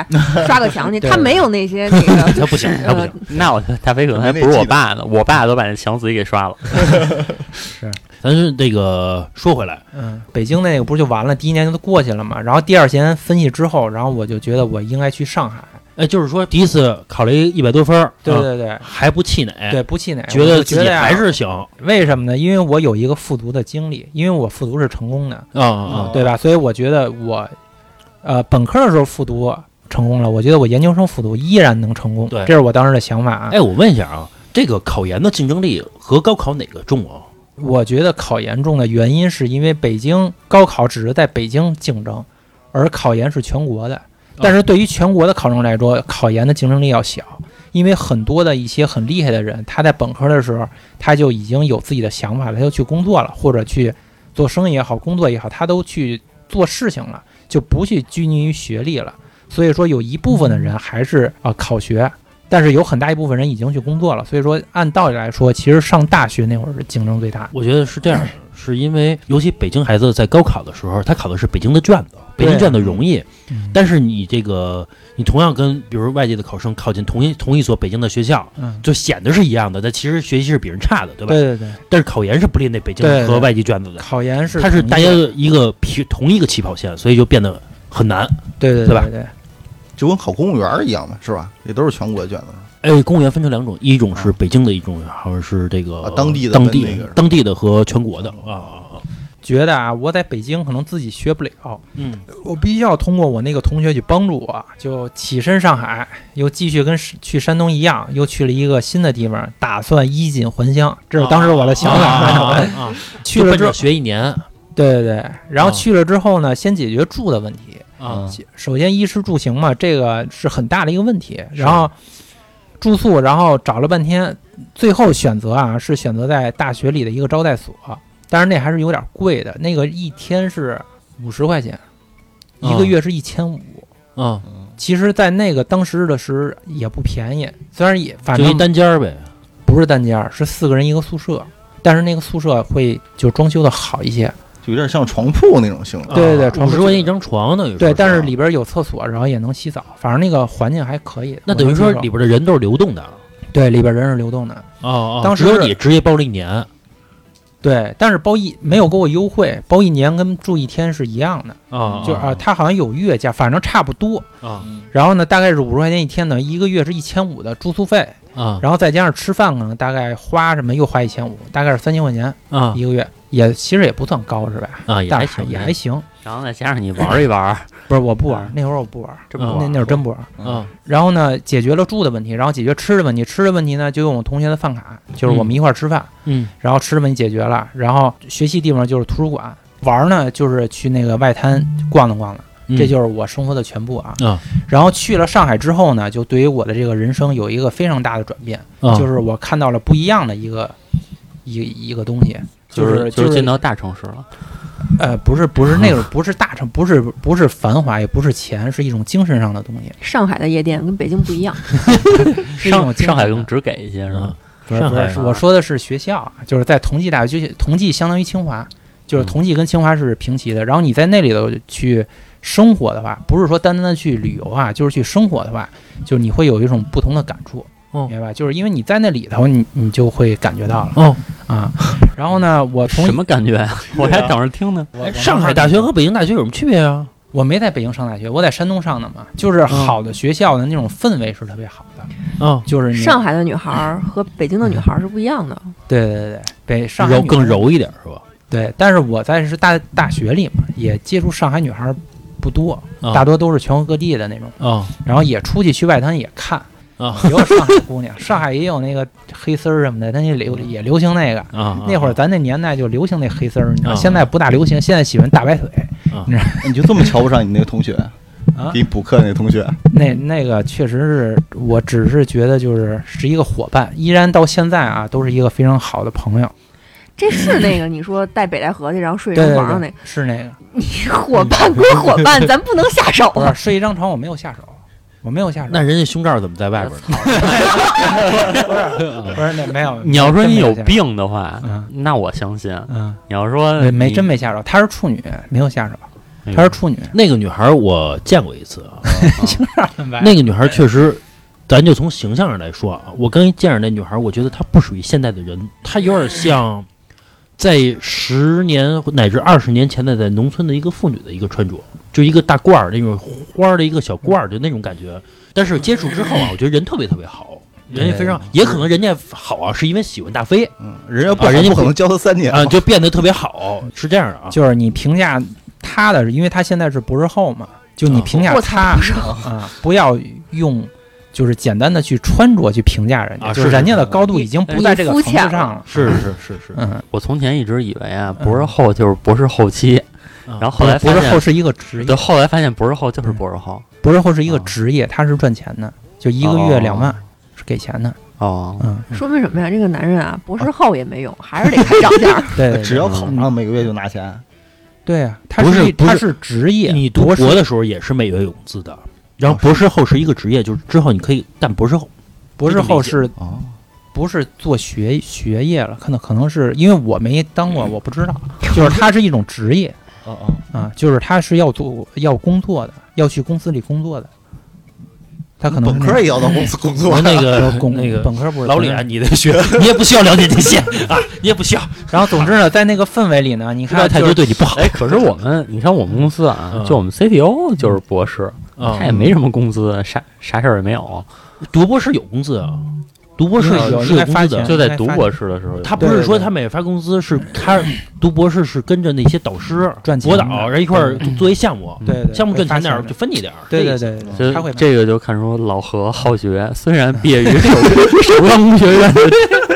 Speaker 5: 刷个墙去，
Speaker 6: 对
Speaker 5: 他没有那些那个呃
Speaker 2: 他不行他不行
Speaker 4: 那我大飞可能还不是我爸呢，我爸都把那墙自己给刷了。
Speaker 2: 咱是这个说回来，
Speaker 6: 嗯，北京那个不是就完了，第一年就过去了嘛。然后第二年分析之后，然后我就觉得我应该去上海。
Speaker 2: 哎，就是说第一次考了一一百多分儿，
Speaker 6: 对
Speaker 2: 啊
Speaker 6: 对对
Speaker 2: 还不气馁，
Speaker 6: 对，不气馁，
Speaker 2: 觉
Speaker 6: 我
Speaker 2: 得
Speaker 6: 就
Speaker 2: 自
Speaker 6: 哎觉
Speaker 2: 己
Speaker 6: 得呀
Speaker 2: 还是行
Speaker 6: 为什么呢？因为我有一个复读的经历，因为我复读是成功的，
Speaker 2: 啊啊
Speaker 6: 对吧？所以我觉得我，呃，本科的时候复读成功了，我觉得我研究生复读依然能成功，
Speaker 2: 对
Speaker 6: 这是我当时的想法啊。
Speaker 2: 哎，我问一下啊，这个考研的竞争力和高考哪个重啊？
Speaker 6: 我觉得考研重的原因是因为北京高考只是在北京竞争，而考研是全国的。但是对于全国的考生来说，考研的竞争力要小，因为很多的一些很厉害的人，他在本科的时候他就已经有自己的想法了，他就去工作了，或者去做生意也好，工作也好，他都去做事情了，就不去拘泥于学历了。所以说，有一部分的人还是啊、呃考学，但是有很大一部分人已经去工作了。所以说，按道理来说，其实上大学那会儿是竞争最大的。
Speaker 2: 我觉得是这 样，是因为尤其北京孩子在高考的时候，他考的是北京的卷子，北京
Speaker 6: 对
Speaker 2: 卷子容易，
Speaker 6: 嗯
Speaker 2: 但是你这个你同样跟比如外地的考生考进同一同一所北京的学校，
Speaker 6: 嗯，
Speaker 2: 就显得是一样的，但其实学习是比人差的，对吧？
Speaker 6: 对对对，
Speaker 2: 但是考研是不列那北京
Speaker 6: 对对
Speaker 2: 和外地卷子的，
Speaker 6: 考研是
Speaker 2: 它是
Speaker 6: 统一
Speaker 2: 大家一个皮同一个起跑线，所以就变得很难。
Speaker 6: 对对
Speaker 2: 对吧
Speaker 6: 对对
Speaker 3: 就跟考公务员儿一样嘛，是吧？也都是全国的卷子。
Speaker 2: 哎，公务员分成两种，一种是北京的一种，好像是这个、
Speaker 3: 啊当地的
Speaker 2: 当
Speaker 3: 跟
Speaker 2: 地
Speaker 3: 那个是吧
Speaker 2: 当地的和全国的啊啊，啊
Speaker 6: 觉得啊，我在北京可能自己学不了，
Speaker 2: 嗯，
Speaker 6: 我必须要通过我那个同学去帮助我，就起身上海，又继续跟是去山东一样，又去了一个新的地方，打算衣锦还乡，这是当时我的想法。
Speaker 2: 啊啊啊，
Speaker 6: 去
Speaker 2: 就
Speaker 6: 了
Speaker 2: 奔
Speaker 6: 之
Speaker 2: 着
Speaker 6: 后，
Speaker 2: 学一年
Speaker 6: 对对对，然
Speaker 2: 啊
Speaker 6: 后去了之后呢，先解决住的问题。
Speaker 2: 啊，
Speaker 6: 首先衣食住行嘛，这个是很大的一个问题。然后住宿，然后找了半天，最后选择啊是选择在大学里的一个招待所，但是那还是有点贵的，那个一天是五十块钱，
Speaker 2: 嗯
Speaker 6: 一个月是一千五。
Speaker 2: 啊，
Speaker 6: 其实，在那个当时的时也不便宜，虽然也反
Speaker 2: 就一
Speaker 6: 正
Speaker 2: 单间儿呗。
Speaker 6: 不是单间儿，是四个人一个宿舍，但是那个宿舍会就装修的好一些。
Speaker 3: 就有点像床铺那种性
Speaker 2: 啊
Speaker 3: 质。
Speaker 6: 对对对床
Speaker 2: 五
Speaker 6: 不
Speaker 2: 十
Speaker 6: 是
Speaker 2: 块钱一张床等于说
Speaker 6: 对，但是里边有厕所，然后也能洗澡，反正那个环境还可以。
Speaker 2: 那等于
Speaker 6: 我
Speaker 2: 说
Speaker 6: 能接
Speaker 2: 里
Speaker 6: 受
Speaker 2: 边的人都是流动的
Speaker 6: 对里边人是流动的，
Speaker 2: 哦哦
Speaker 6: 当时
Speaker 2: 只有你直接包了一年
Speaker 6: 对，但是包一没有给我优惠，包一年跟住一天是一样的，
Speaker 2: 啊
Speaker 6: 就啊，它好像有月价，反正差不多。
Speaker 2: 啊
Speaker 6: 然后呢，大概是五十块钱一天呢，一个月是一千五的住宿费，
Speaker 2: 啊
Speaker 6: 然后再加上吃饭呢，大概花什么又花一千五，大概是三千块钱
Speaker 2: 啊
Speaker 6: 一个月，也其实也不算高是吧？
Speaker 2: 啊，也
Speaker 6: 但
Speaker 2: 还
Speaker 6: 是
Speaker 2: 行，
Speaker 6: 也还行。
Speaker 4: 然后再加上你玩一玩，
Speaker 6: 不是我不玩，那会儿我不玩，
Speaker 4: 这
Speaker 2: 不玩
Speaker 6: 那那会儿真不玩。
Speaker 2: 啊
Speaker 6: 然后呢，解决了住的问题，然后解决吃的问题。吃的问题呢，就用我同学的饭卡，就是我们一块儿吃饭，
Speaker 2: 嗯
Speaker 6: 然后吃的问题解决了，然后学习地方就是图书馆，玩儿呢就是去那个外滩逛荡逛荡，
Speaker 2: 嗯
Speaker 6: 这就是我生活的全部啊。
Speaker 2: 啊
Speaker 6: 然后去了上海之后呢，就对于我的这个人生有一个非常大的转变，
Speaker 2: 啊
Speaker 6: 就是我看到了不一样的一个一个一个东西，
Speaker 4: 就是
Speaker 6: 是就是
Speaker 4: 进到大城市了。
Speaker 6: 呃不是不是那种不是大城，不是不是繁华，也不是钱，是一种精神上的东西。
Speaker 5: 上海的夜店跟北京不一样，
Speaker 6: 是一种
Speaker 4: 上
Speaker 6: 精神
Speaker 4: 上海
Speaker 6: 的
Speaker 4: 更只给一些是吧
Speaker 2: 啊？
Speaker 6: 不是
Speaker 2: 上
Speaker 6: 不
Speaker 2: 海
Speaker 6: 是，
Speaker 2: 啊
Speaker 6: 我说的是学校啊，就是在同济大学，就同济相当于清华，就是
Speaker 2: 嗯
Speaker 6: 同济跟清华是平齐的。然后你在那里头去生活的话，不是说单单的去旅游啊，就是去生活的话，就是你会有一种不同的感触，
Speaker 2: 哦
Speaker 6: 明白吧？就是因为你在那里头，你你就会感觉到了
Speaker 2: 哦
Speaker 6: 啊。然后呢，我从
Speaker 4: 什么感觉啊？我还等着听呢。
Speaker 6: 我我
Speaker 2: 上海大学和北京大学有什么区别啊？
Speaker 6: 我没在北京上大学，我在山东上的嘛，就是好
Speaker 2: 嗯
Speaker 6: 的学校的那种氛围是特别好的，
Speaker 2: 啊，
Speaker 6: 就是你
Speaker 5: 上海的女孩儿和北京的女孩儿是不一样的。
Speaker 6: 对对对对北上海
Speaker 2: 柔
Speaker 6: 女
Speaker 2: 更
Speaker 6: 孩
Speaker 2: 柔一点是吧？
Speaker 6: 对，但是我在是大大学里嘛，也接触上海女孩儿不多，
Speaker 2: 啊
Speaker 6: 大多都是全国各地的那种，
Speaker 2: 啊
Speaker 6: 然后也出去去外滩也看，
Speaker 2: 啊
Speaker 6: 也有上海姑娘， 上海也有那个黑丝儿什么的，但也流也流行那个。
Speaker 2: 嗯啊，
Speaker 6: 那会儿
Speaker 2: 啊
Speaker 6: 咱那年代就流行那黑丝儿，你知道，
Speaker 2: 啊
Speaker 6: 现在不大流行，现在喜欢大白腿。
Speaker 3: 你就这么瞧不上你那个同学
Speaker 6: 啊
Speaker 3: 给你补课那个同学？
Speaker 6: 那那个确实是我，只是觉得就是是一个伙伴，依然到现在啊都是一个非常好的朋友。
Speaker 5: 这是那个你说带北戴河去，然后睡一
Speaker 6: 对
Speaker 5: 张
Speaker 6: 对
Speaker 5: 床上那
Speaker 6: 对
Speaker 5: 个，，
Speaker 6: 是那个，
Speaker 5: 你 伙伴归伙伴，咱不能下手啊
Speaker 6: 不 是睡一张床我没有下手，我没有下手。
Speaker 2: 那人家胸罩怎么在外边 呢？
Speaker 6: 不是那没有，
Speaker 4: 你要
Speaker 6: 嗯
Speaker 4: 说
Speaker 6: 真
Speaker 4: 你
Speaker 6: 没
Speaker 4: 有
Speaker 6: 下手，
Speaker 4: 病的话，
Speaker 6: 嗯
Speaker 4: 那我相信。
Speaker 6: 嗯。
Speaker 4: 你要说
Speaker 6: 没没
Speaker 4: 你
Speaker 6: 真没下手，她是处女，没有下手，
Speaker 4: 哎呦
Speaker 6: 她是处女。
Speaker 2: 那个女孩我见过一次啊，
Speaker 6: 那
Speaker 2: 那个女孩确实，咱就从形象上来说啊，我刚一见着那女孩，我觉得她不属于现代的人，她有点像在十年乃至二十年前的在农村的一个妇女的一个穿着，就一个大褂儿那种花儿的一个小褂儿，就那种感觉。但是接触之后啊，我觉得人特别特别好，人家非常，也可能人家好啊，是因为喜欢大飞
Speaker 3: 嗯，人家不
Speaker 2: 啊
Speaker 3: 好，
Speaker 2: 人家
Speaker 3: 不可
Speaker 2: 不
Speaker 3: 能教他三 年
Speaker 2: 啊，就变得特别好，是这样的啊。
Speaker 6: 就是你评价她的，因为她现在是博士后嘛，就你评价
Speaker 5: 我操
Speaker 6: 他
Speaker 5: 不少，
Speaker 6: 啊，不要用就是简单的去穿着去评价人家，
Speaker 2: 啊
Speaker 6: 就是是人家的
Speaker 2: 是
Speaker 6: 高度已经不在这个层次上了。
Speaker 2: 是是是是，
Speaker 6: 嗯，
Speaker 4: 我从前一直以为啊，博士后就是博士后期，
Speaker 2: 然
Speaker 4: 然后后
Speaker 6: 嗯
Speaker 4: 来
Speaker 6: 不
Speaker 4: 发
Speaker 6: 是
Speaker 4: 现
Speaker 6: 后是一个职业，
Speaker 4: 对，后来发现博士后就是博士后。
Speaker 6: 不是后是一个
Speaker 4: 啊
Speaker 6: 职业，他是赚钱的，就一个月
Speaker 4: 哦
Speaker 6: 两万是给钱的。
Speaker 4: 哦，
Speaker 6: 嗯，
Speaker 5: 说明什么呀？这个男人啊，博士后也没用，还是得看长 相。
Speaker 6: 对，对
Speaker 3: 只要考上每个月就拿钱，
Speaker 6: 对啊，他
Speaker 2: 不是
Speaker 6: 一
Speaker 2: 不是
Speaker 6: 他是职业，
Speaker 2: 你读
Speaker 6: 博
Speaker 2: 博
Speaker 6: 士
Speaker 2: 的时候也是每月有工资的，然后博士后是一个职业，就是之后你可以干博士后。
Speaker 6: 博士后是
Speaker 3: 哦，
Speaker 6: 不是做学学业了？可能可能是因为我没当
Speaker 2: 嗯
Speaker 6: 过，我不知道。就是它是一种职业
Speaker 3: 哦 哦，
Speaker 6: 啊，就是他是要做要工作的，要去公司里工作的。他可能
Speaker 3: 本科也要到公司工 作
Speaker 2: 我，那个
Speaker 6: 工
Speaker 2: 那个
Speaker 6: 本科不是
Speaker 2: 老李啊，。你得 学，你也不需要了解这些啊，你也不需要，
Speaker 6: 然后总之呢，在那个氛围里呢，你
Speaker 2: 知道
Speaker 6: 看
Speaker 2: 太
Speaker 6: 就
Speaker 2: 多
Speaker 6: 是
Speaker 2: 对你不好。
Speaker 4: 哎，可是我们，你看我们公司啊
Speaker 2: 嗯，
Speaker 4: 就我们 CTO
Speaker 6: 嗯
Speaker 4: 就是博士，
Speaker 2: 啊
Speaker 6: 哦
Speaker 4: 他也没什么工资，啥啥事儿也没有，
Speaker 2: 读博士有工资啊，读博士
Speaker 6: 有有
Speaker 2: 是
Speaker 6: 嗯应
Speaker 2: 有
Speaker 6: 该发
Speaker 2: 工资
Speaker 6: 钱
Speaker 2: 的。
Speaker 4: 就在读博士的时候有。
Speaker 2: 他不是说
Speaker 6: 对对对
Speaker 2: 他每月发工资，是他读博士是跟着那些导师
Speaker 6: 赚钱
Speaker 2: 博
Speaker 6: 的嗯
Speaker 2: 导，然后一块儿做一项目，
Speaker 6: 对对
Speaker 2: 项目赚钱点
Speaker 6: 点
Speaker 2: 儿就分你点儿。
Speaker 6: 对
Speaker 2: 这
Speaker 6: 对
Speaker 2: 意思，
Speaker 6: 对，对
Speaker 4: 就
Speaker 6: 他会
Speaker 4: 这个就看出老何好学，虽然毕业于首首 钢工学院的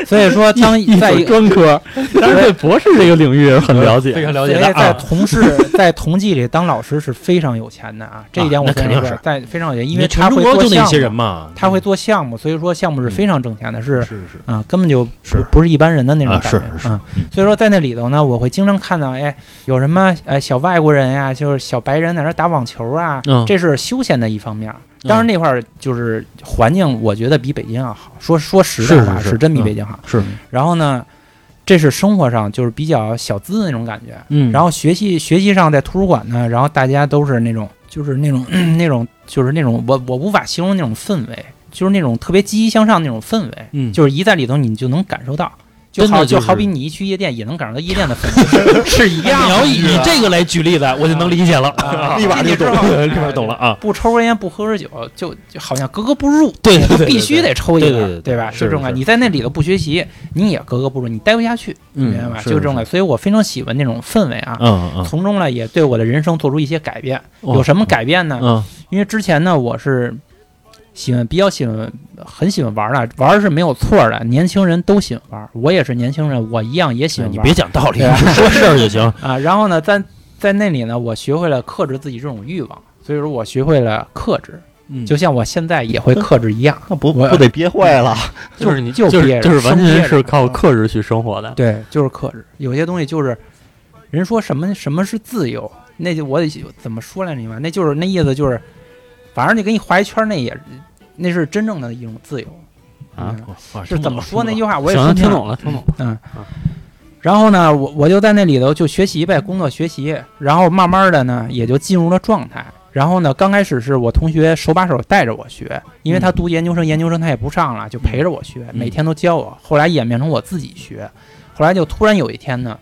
Speaker 6: 所以说当
Speaker 4: 艺
Speaker 6: 在
Speaker 4: 术专科，但是对博士这个领域很了解，
Speaker 2: 非常了
Speaker 6: 所
Speaker 2: 解
Speaker 6: 以
Speaker 2: 的
Speaker 6: 在
Speaker 2: 啊。
Speaker 6: 同事在同济里当老师是非常有钱的啊，这一点
Speaker 2: 啊
Speaker 6: 我
Speaker 2: 那
Speaker 6: 非常
Speaker 2: 肯定
Speaker 6: 有
Speaker 2: 是
Speaker 6: 在非常有钱，因
Speaker 2: 你
Speaker 6: 为
Speaker 2: 全
Speaker 6: 他
Speaker 2: 中
Speaker 6: 会
Speaker 2: 国
Speaker 6: 做
Speaker 2: 就那
Speaker 6: 项
Speaker 2: 些
Speaker 6: 目
Speaker 2: 人嘛，
Speaker 6: 他会做项目，所以说项目是非常挣钱的，是
Speaker 2: 嗯是是
Speaker 6: 啊，根本就是不不是一般人的那种
Speaker 2: 啊
Speaker 6: 感觉
Speaker 2: 是是
Speaker 6: 啊。所以说在那里头呢，我会经常看到，哎，有什么呃小外国人呀、就是小白人在那儿打网球啊，
Speaker 2: 嗯
Speaker 6: 这是休闲的一方面。当然那块儿就是环境，我觉得比北京要好。说说实在话，
Speaker 2: 是是是
Speaker 6: 真比
Speaker 2: 嗯
Speaker 6: 北京好。
Speaker 2: 是，
Speaker 6: 然后呢，这是生活上就是比较小资的那种感觉。
Speaker 2: 嗯，
Speaker 6: 然后学习学习上在图书馆呢，然后大家都是那种就是那种 那种就是那种我我无法形容那种氛围，就是那种特别积极向上那种氛围，
Speaker 2: 嗯
Speaker 6: 就是一在里头你就能感受到，就
Speaker 2: 真的
Speaker 6: 好
Speaker 2: 就是
Speaker 6: 好比你一去夜店也能 感受到夜店的氛围是一
Speaker 2: 你
Speaker 6: 样
Speaker 2: 要
Speaker 6: 的。
Speaker 2: 以这个来举例子，我就能理解了，啊
Speaker 6: 立马就懂了
Speaker 2: 立马懂了啊。
Speaker 6: 不抽根烟不喝根酒，就就好像格格不入。
Speaker 2: 对对对对
Speaker 6: 必须得抽一
Speaker 2: 对对对
Speaker 6: 根，
Speaker 2: 对
Speaker 6: 对吧？
Speaker 2: 是
Speaker 6: 就这种感
Speaker 2: 是
Speaker 6: 觉。你在那里头不学习，你也格格不入，你待不下去，
Speaker 2: 嗯
Speaker 6: 明白吧？
Speaker 2: 是
Speaker 6: 就这种感觉。所以我非常喜欢那种氛围啊。
Speaker 2: 嗯嗯
Speaker 6: 从中呢，也对我的人生做出一些改变。
Speaker 2: 哦
Speaker 6: 有什么改变呢？
Speaker 2: 嗯
Speaker 6: 因为之前呢，我是喜欢比较喜欢很喜欢玩儿的，玩儿是没有错儿的，年轻人都喜欢玩儿，我也是年轻人，我一样也
Speaker 2: 嗯，
Speaker 6: 喜欢
Speaker 2: 你
Speaker 6: 玩
Speaker 2: 别
Speaker 6: 儿
Speaker 2: 讲道理，
Speaker 6: 对啊
Speaker 2: 说事儿就行。
Speaker 6: 啊。然后呢，在在那里呢，我学会了克制自己这种欲望，所以说我学会了克制，
Speaker 2: 嗯
Speaker 6: 就像我现在也会克制一样。
Speaker 3: 那不
Speaker 6: 我
Speaker 3: 不得憋坏了？
Speaker 4: 就是你
Speaker 6: 就
Speaker 4: 就
Speaker 6: 憋
Speaker 4: 是
Speaker 6: 着
Speaker 4: 就是完
Speaker 6: 生憋
Speaker 4: 全
Speaker 6: 着
Speaker 4: 是靠
Speaker 6: 嗯
Speaker 4: 克制去生活的。
Speaker 6: 对，就是克制。有些东西就是，人说什么什么是自由，那就我得怎么说来着嘛？那就是那意思就是，反正你给你画一圈儿，那也那是真正的一种自由
Speaker 4: 啊
Speaker 6: 嗯
Speaker 2: 啊
Speaker 6: 是怎么说那
Speaker 2: 听
Speaker 6: 句
Speaker 2: 不懂
Speaker 6: 话？我也
Speaker 4: 行，
Speaker 6: 说
Speaker 4: 听懂了，听懂了。
Speaker 6: 然后呢，我我就在那里头就学习呗，工作学习，然后慢慢的呢也就进入了状态。然后呢，刚开始是我同学手把手带着我学，因
Speaker 4: 嗯
Speaker 6: 为他读研究生，研究生他也不上了，就陪着我学，每天都教我。后来演变成我自己学，后来就突然有一天呢，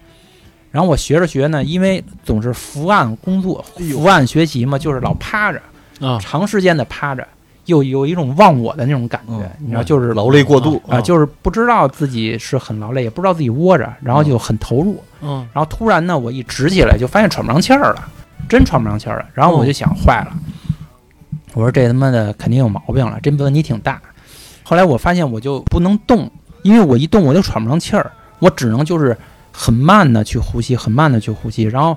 Speaker 6: 然后我学着学呢，因为总是伏案工作、
Speaker 3: 哎
Speaker 6: 伏案学习嘛，就是老趴着，
Speaker 2: 啊，
Speaker 6: 长时间的趴着，又有一种忘我的那种感觉，
Speaker 3: 嗯
Speaker 6: 你知道，就是
Speaker 3: 劳累过度
Speaker 6: 啊，就是不知道自己是很劳累，也不知道自己窝着，然后就很投入。
Speaker 2: 嗯
Speaker 6: 然后突然呢，我一直起来就发现喘不上气儿了，真喘不上气儿了。然后我就想，坏了，我说这他妈的肯定有毛病了，这问题挺大。后来我发现我就不能动，因为我一动我就喘不上气儿，我只能就是很慢的去呼吸，很慢的去呼吸，然后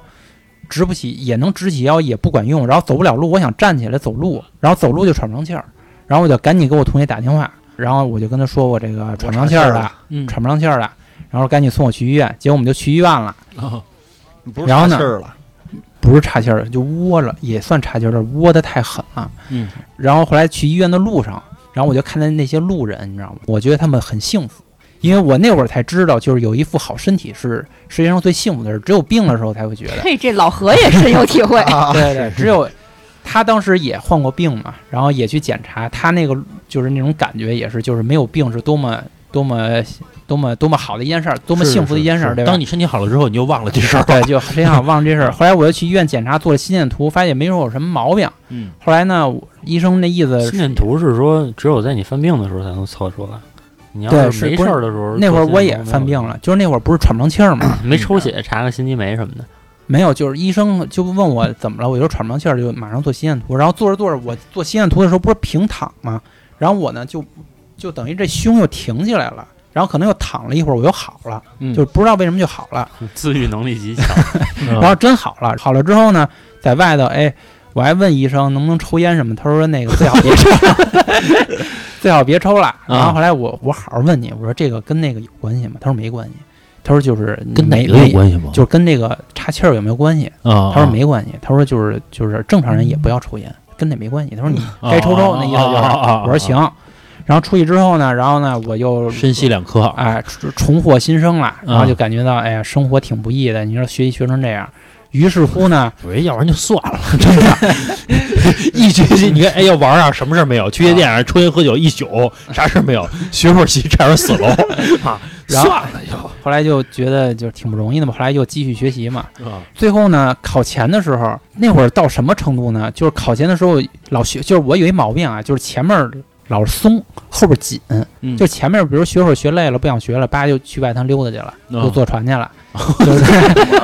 Speaker 6: 直不起也能直起腰，也不管用，然后走不了路，我想站起来走路，然后走路就喘不上气儿，然后我就赶紧给我同学打电话，然后我就跟他说我这个喘不上气儿了，
Speaker 2: 嗯
Speaker 6: 喘不上气儿了，然后赶紧送我去医院，结果我们就去医院了。
Speaker 2: 啊
Speaker 3: 你不是
Speaker 6: 然后
Speaker 3: 岔
Speaker 6: 呢
Speaker 3: 气儿了，
Speaker 6: 不是岔气儿，就窝了，也算岔气儿，窝的太狠了。
Speaker 2: 嗯，
Speaker 6: 然后后来去医院的路上，然后我就看见那些路人，你知道吗？我觉得他们很幸福，因为我那会儿才知道，就是有一副好身体是世界上最幸福的事，只有病的时候才会觉得。
Speaker 5: 嘿，这老何也深有体会。
Speaker 3: 啊，
Speaker 6: 对 对，只有他当时也患过病嘛，然后也去检查，他那个就是那种感觉也是，就是没有病是多么多么多么多么好的一件事儿，多么幸福的一件事儿，对吧？
Speaker 2: 当你身体好了之后，你就忘了这事儿。
Speaker 6: 对，就谁想忘了这事儿。后来我又去医院检查，做了心电图，发现没说有什么毛病。
Speaker 2: 嗯，
Speaker 6: 后来呢，我医生那意思
Speaker 4: 心电图是说，只有在你犯病的时候才能测出来。你
Speaker 6: 对
Speaker 4: 要
Speaker 6: 是
Speaker 4: 没
Speaker 6: 不
Speaker 4: 事
Speaker 6: 是
Speaker 4: 儿的时候，嗯
Speaker 6: 那会儿
Speaker 4: 做
Speaker 6: 我
Speaker 4: 心
Speaker 6: 也
Speaker 4: 电图没有
Speaker 6: 犯病
Speaker 4: 用
Speaker 6: 了，就是那会儿不是喘不上气儿嘛，
Speaker 4: 没抽血查个心肌酶什么的。
Speaker 6: 没有，就是医生就问我怎么了，我就喘不上气儿，就马上做心电图。然后做着做着，我做心电图的时候不是平躺吗？然后我呢就就等于这胸又挺起来了，然后可能又躺了一会儿，我又好了，
Speaker 4: 嗯
Speaker 6: 就是不知道为什么就好了。
Speaker 4: 自愈能力极强。
Speaker 2: 嗯
Speaker 6: 然后真好了，好了之后呢，在外头，哎，我还问医生能不能抽烟什么，他说那个最好别抽， 最好别抽了。
Speaker 2: 啊
Speaker 6: 然后后来我我好好问你，我说这个跟那个有关系吗？他说没关系，他说就是
Speaker 2: 跟哪
Speaker 6: 没
Speaker 2: 个有
Speaker 6: 没
Speaker 2: 关系吗？
Speaker 6: 就是跟那个岔气儿有没有关系？
Speaker 2: 啊，
Speaker 6: 他说没关系，他说就是就是正常人也不要抽烟，跟那没关系。他说你
Speaker 2: 嗯
Speaker 6: 该抽抽，那意思就是。
Speaker 2: 啊，
Speaker 6: 我说行，然后出去之后呢，然后呢我又
Speaker 2: 深吸两 颗，啊
Speaker 6: 哎，重重获新生了，然后
Speaker 2: 嗯
Speaker 6: 就感觉到，哎呀，生活挺不易的。你说学习学成这样，于是乎呢，
Speaker 2: 我说要不然就算了， 真的。一学期你看，哎，要玩啊，什么事儿没有？去夜店啊，抽烟喝酒一
Speaker 6: 啊
Speaker 2: 宿，啥事儿没有？学会儿习，差点死 喽啊！
Speaker 6: 然
Speaker 2: 算
Speaker 6: 后
Speaker 2: 了就
Speaker 6: 后来就觉得就挺不容易的嘛，后来又继续学习嘛。
Speaker 2: 啊
Speaker 6: 最后呢，考前的时候，那会儿到什么程度呢？就是考前的时候老学，就是我有一毛病啊，就是前面老是松，后边紧。
Speaker 2: 嗯
Speaker 6: 就前面比如学会儿学累了，不想学了，叭就去外滩溜达去了，
Speaker 2: 啊
Speaker 6: 就坐 船去了，就是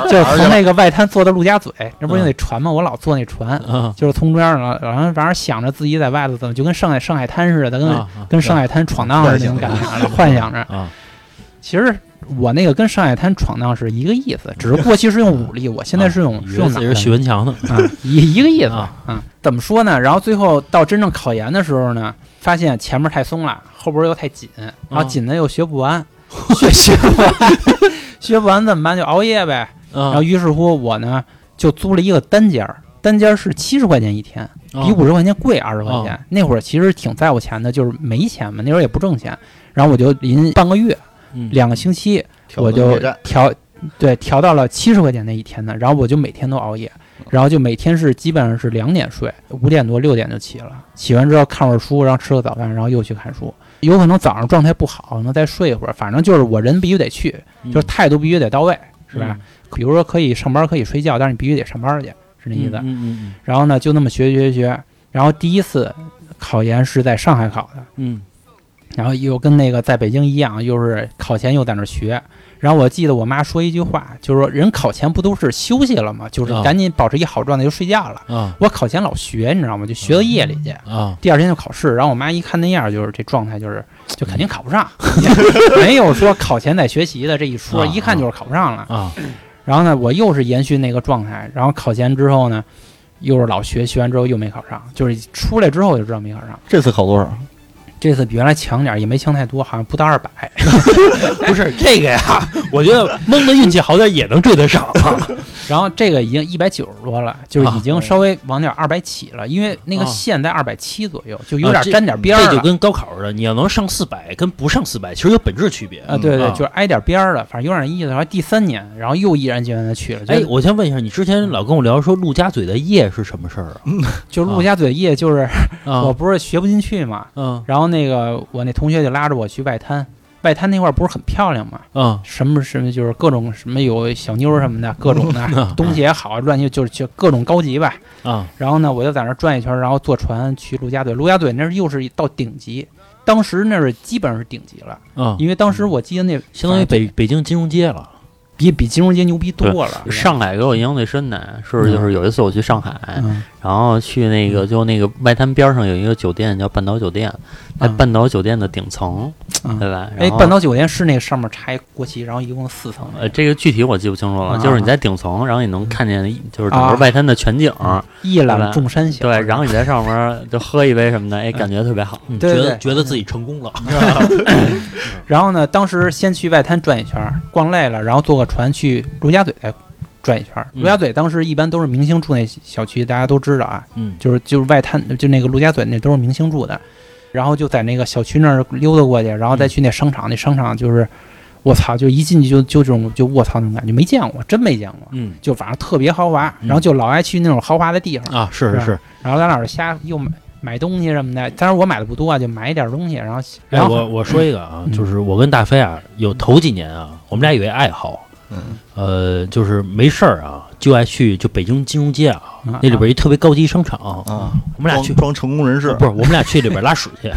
Speaker 6: 就是从那个外滩坐到陆家嘴，那不是
Speaker 2: 嗯
Speaker 6: 那船吗？我老坐那船，
Speaker 2: 啊
Speaker 6: 就是从中间儿呢，然后反正想着自己在外头怎么就跟上海上海滩似的，跟、
Speaker 2: 啊
Speaker 6: 跟上海滩闯荡似的那种感觉，幻想着。
Speaker 2: 啊
Speaker 6: 其实我那个跟上海滩闯荡是一个意思，只是过去是用武力，我现在是用、
Speaker 2: 以
Speaker 6: 是
Speaker 2: 为
Speaker 6: 嗯用
Speaker 2: 自
Speaker 6: 脑
Speaker 2: 己啊是许
Speaker 6: 袋
Speaker 2: 文强的
Speaker 6: 啊，一一个意思
Speaker 2: 啊
Speaker 6: 嗯，怎么说呢？然后最后到真正考研的时候呢，发现前面太松了，后边又太紧，然后紧的又学不完，学 学不完， 嗯学不完怎么办？就熬夜呗。然
Speaker 2: 啊
Speaker 6: 后，于是乎我呢就租了一个单间儿，单间儿是七十块钱一天，比
Speaker 2: 我
Speaker 6: 五十块钱贵二十块钱。那会儿其实挺在乎钱的，就是没钱嘛，那时候也不挣钱。然后我就临半个月、两个星期，
Speaker 3: 挑
Speaker 6: 我
Speaker 3: 灯
Speaker 6: 就
Speaker 3: 夜战
Speaker 6: 调，对，调到了七十块钱那一天呢。然后我就每天都熬夜，然后就每天是基本上是两点睡，五点多六点就起了，起完之后看会儿书，然后吃个早饭，然后又去看书。有可能早上状态不好，可能再睡一会儿，反正就是我人必须得去，就是态度必须得到位，是吧？？比如说可以上班可以睡觉，但是你必须得上班去，是那意思。
Speaker 2: 嗯嗯
Speaker 6: 然后呢，就那么学学学，然后第一次考研是在上海考的，
Speaker 2: 嗯
Speaker 6: 然后又跟那个在北京一样，又是考前又在那儿学。然后我记得我妈说一句话，就是说人考前不都是休息了吗？就是
Speaker 2: 啊
Speaker 6: 赶紧保持一好状态就睡觉了。
Speaker 2: 啊
Speaker 6: 我考前老学，你知道吗？就学到夜里去。
Speaker 2: 啊
Speaker 6: 第二天就考试，然后我妈一看那样儿，就是这状态，就是就肯
Speaker 2: 嗯
Speaker 6: 定考不上， 没有说考前在学习的这一说，
Speaker 2: 啊
Speaker 6: 一看就是考不上了。
Speaker 2: 啊
Speaker 6: 然后呢，我又是延续那个状态，然后考前之后呢，又是老学，学完之后又没考上，就是出来之后就知道没考上。
Speaker 3: 这次考多少？
Speaker 6: 这次比原来强点儿，也没强太多，好像不到二百。
Speaker 2: 不是 这个呀，我觉得蒙的运气好歹也能追得上 啊。
Speaker 6: 然后这个已经一百九十多了，就是已经稍微往点二百起了，因为那个
Speaker 2: 啊
Speaker 6: 线在二百七左右，就有点
Speaker 2: 啊这
Speaker 6: 沾点边儿
Speaker 2: 这
Speaker 6: 了。
Speaker 2: 就跟高考似的，你要能上四百跟不上四百，其实有本质区别。
Speaker 6: 啊，对对，
Speaker 2: 啊
Speaker 6: 就是挨点边儿了，反正有点意思。然后第三年，然后又毅然决然的去了。就
Speaker 2: 哎，我先问一下，你之前老跟我聊说陆家嘴的夜是什么事儿
Speaker 6: 就陆家嘴夜，就是、
Speaker 2: 啊？
Speaker 6: 我不是学不进去嘛，
Speaker 2: 嗯
Speaker 6: 然后那个我那同学就拉着我去外滩，外滩那块儿不是很漂亮嘛，
Speaker 2: 嗯
Speaker 6: 什么什么就是各种什么有小妞儿什么的，各种 的东西也好，乱七就是就各种高级吧。
Speaker 2: 啊
Speaker 6: 然后呢，我就在那儿转一圈，然后坐船去陆家嘴。陆家嘴那儿又是一到顶级，当时那是基本上是顶级了，
Speaker 2: 啊，
Speaker 6: 因为当时我记得那
Speaker 2: 相当于北北京金融街了。
Speaker 6: 比比金融街牛逼多了。
Speaker 4: 上海给我印象最深的是，就是有一次我去上海，
Speaker 6: 嗯
Speaker 4: 然后去那个就那个外滩边上有一个酒店叫半岛酒店，在
Speaker 6: 嗯
Speaker 4: 半岛酒店的顶层，
Speaker 6: 嗯
Speaker 4: 对吧？
Speaker 6: 哎
Speaker 4: 然，后
Speaker 6: 半岛酒店是那个上面插一国旗，然后一共四层，
Speaker 4: 呃，这个具体我记不清楚了，
Speaker 6: 啊
Speaker 4: 就是你在顶层，然后你能看见就是整
Speaker 6: 啊
Speaker 4: 个外滩的全景，
Speaker 6: 一览众山小。
Speaker 4: 对，然后你在上面就喝一杯什么的，哎，感觉特别好。
Speaker 2: 嗯
Speaker 6: 对
Speaker 2: 觉
Speaker 6: 对
Speaker 2: 得
Speaker 6: 对
Speaker 2: 觉得自己成功了，
Speaker 6: 然后呢，当时先去外滩转一圈，逛累了，然后坐个船去陆家嘴再转一圈。
Speaker 2: 嗯
Speaker 6: 陆家嘴当时一般都是明星住那小区，大家都知道啊，
Speaker 2: 嗯
Speaker 6: 就是就是外滩，就那个陆家嘴那都是明星住的。然后就在那个小区那儿溜达过去，然后
Speaker 2: 嗯
Speaker 6: 再去那商场，那商场就是，我操，就一进去就就这种就卧槽那种感觉，没见过，真没见过，
Speaker 2: 嗯
Speaker 6: 就反正特别豪华，
Speaker 2: 嗯
Speaker 6: 然后就老爱去那种豪华的地方，
Speaker 2: 啊，是是是，
Speaker 6: 然后在那儿瞎又买买东西什么的，但是我买的不多啊，就买一点东西，然后
Speaker 2: 哎，
Speaker 6: 然后
Speaker 2: 我我说一个啊，
Speaker 6: 嗯
Speaker 2: 就是我跟大飞啊，有头几年啊，我们俩有一爱好，
Speaker 3: 嗯，
Speaker 2: 呃，就是没事儿啊，就爱去就北京金融街啊，
Speaker 6: 啊
Speaker 2: 那里边一特别高级商场，我
Speaker 3: 啊，
Speaker 2: 们俩
Speaker 3: 装
Speaker 2: 去。
Speaker 3: 装成功人士，
Speaker 2: 不是，我们俩 去里边拉屎去，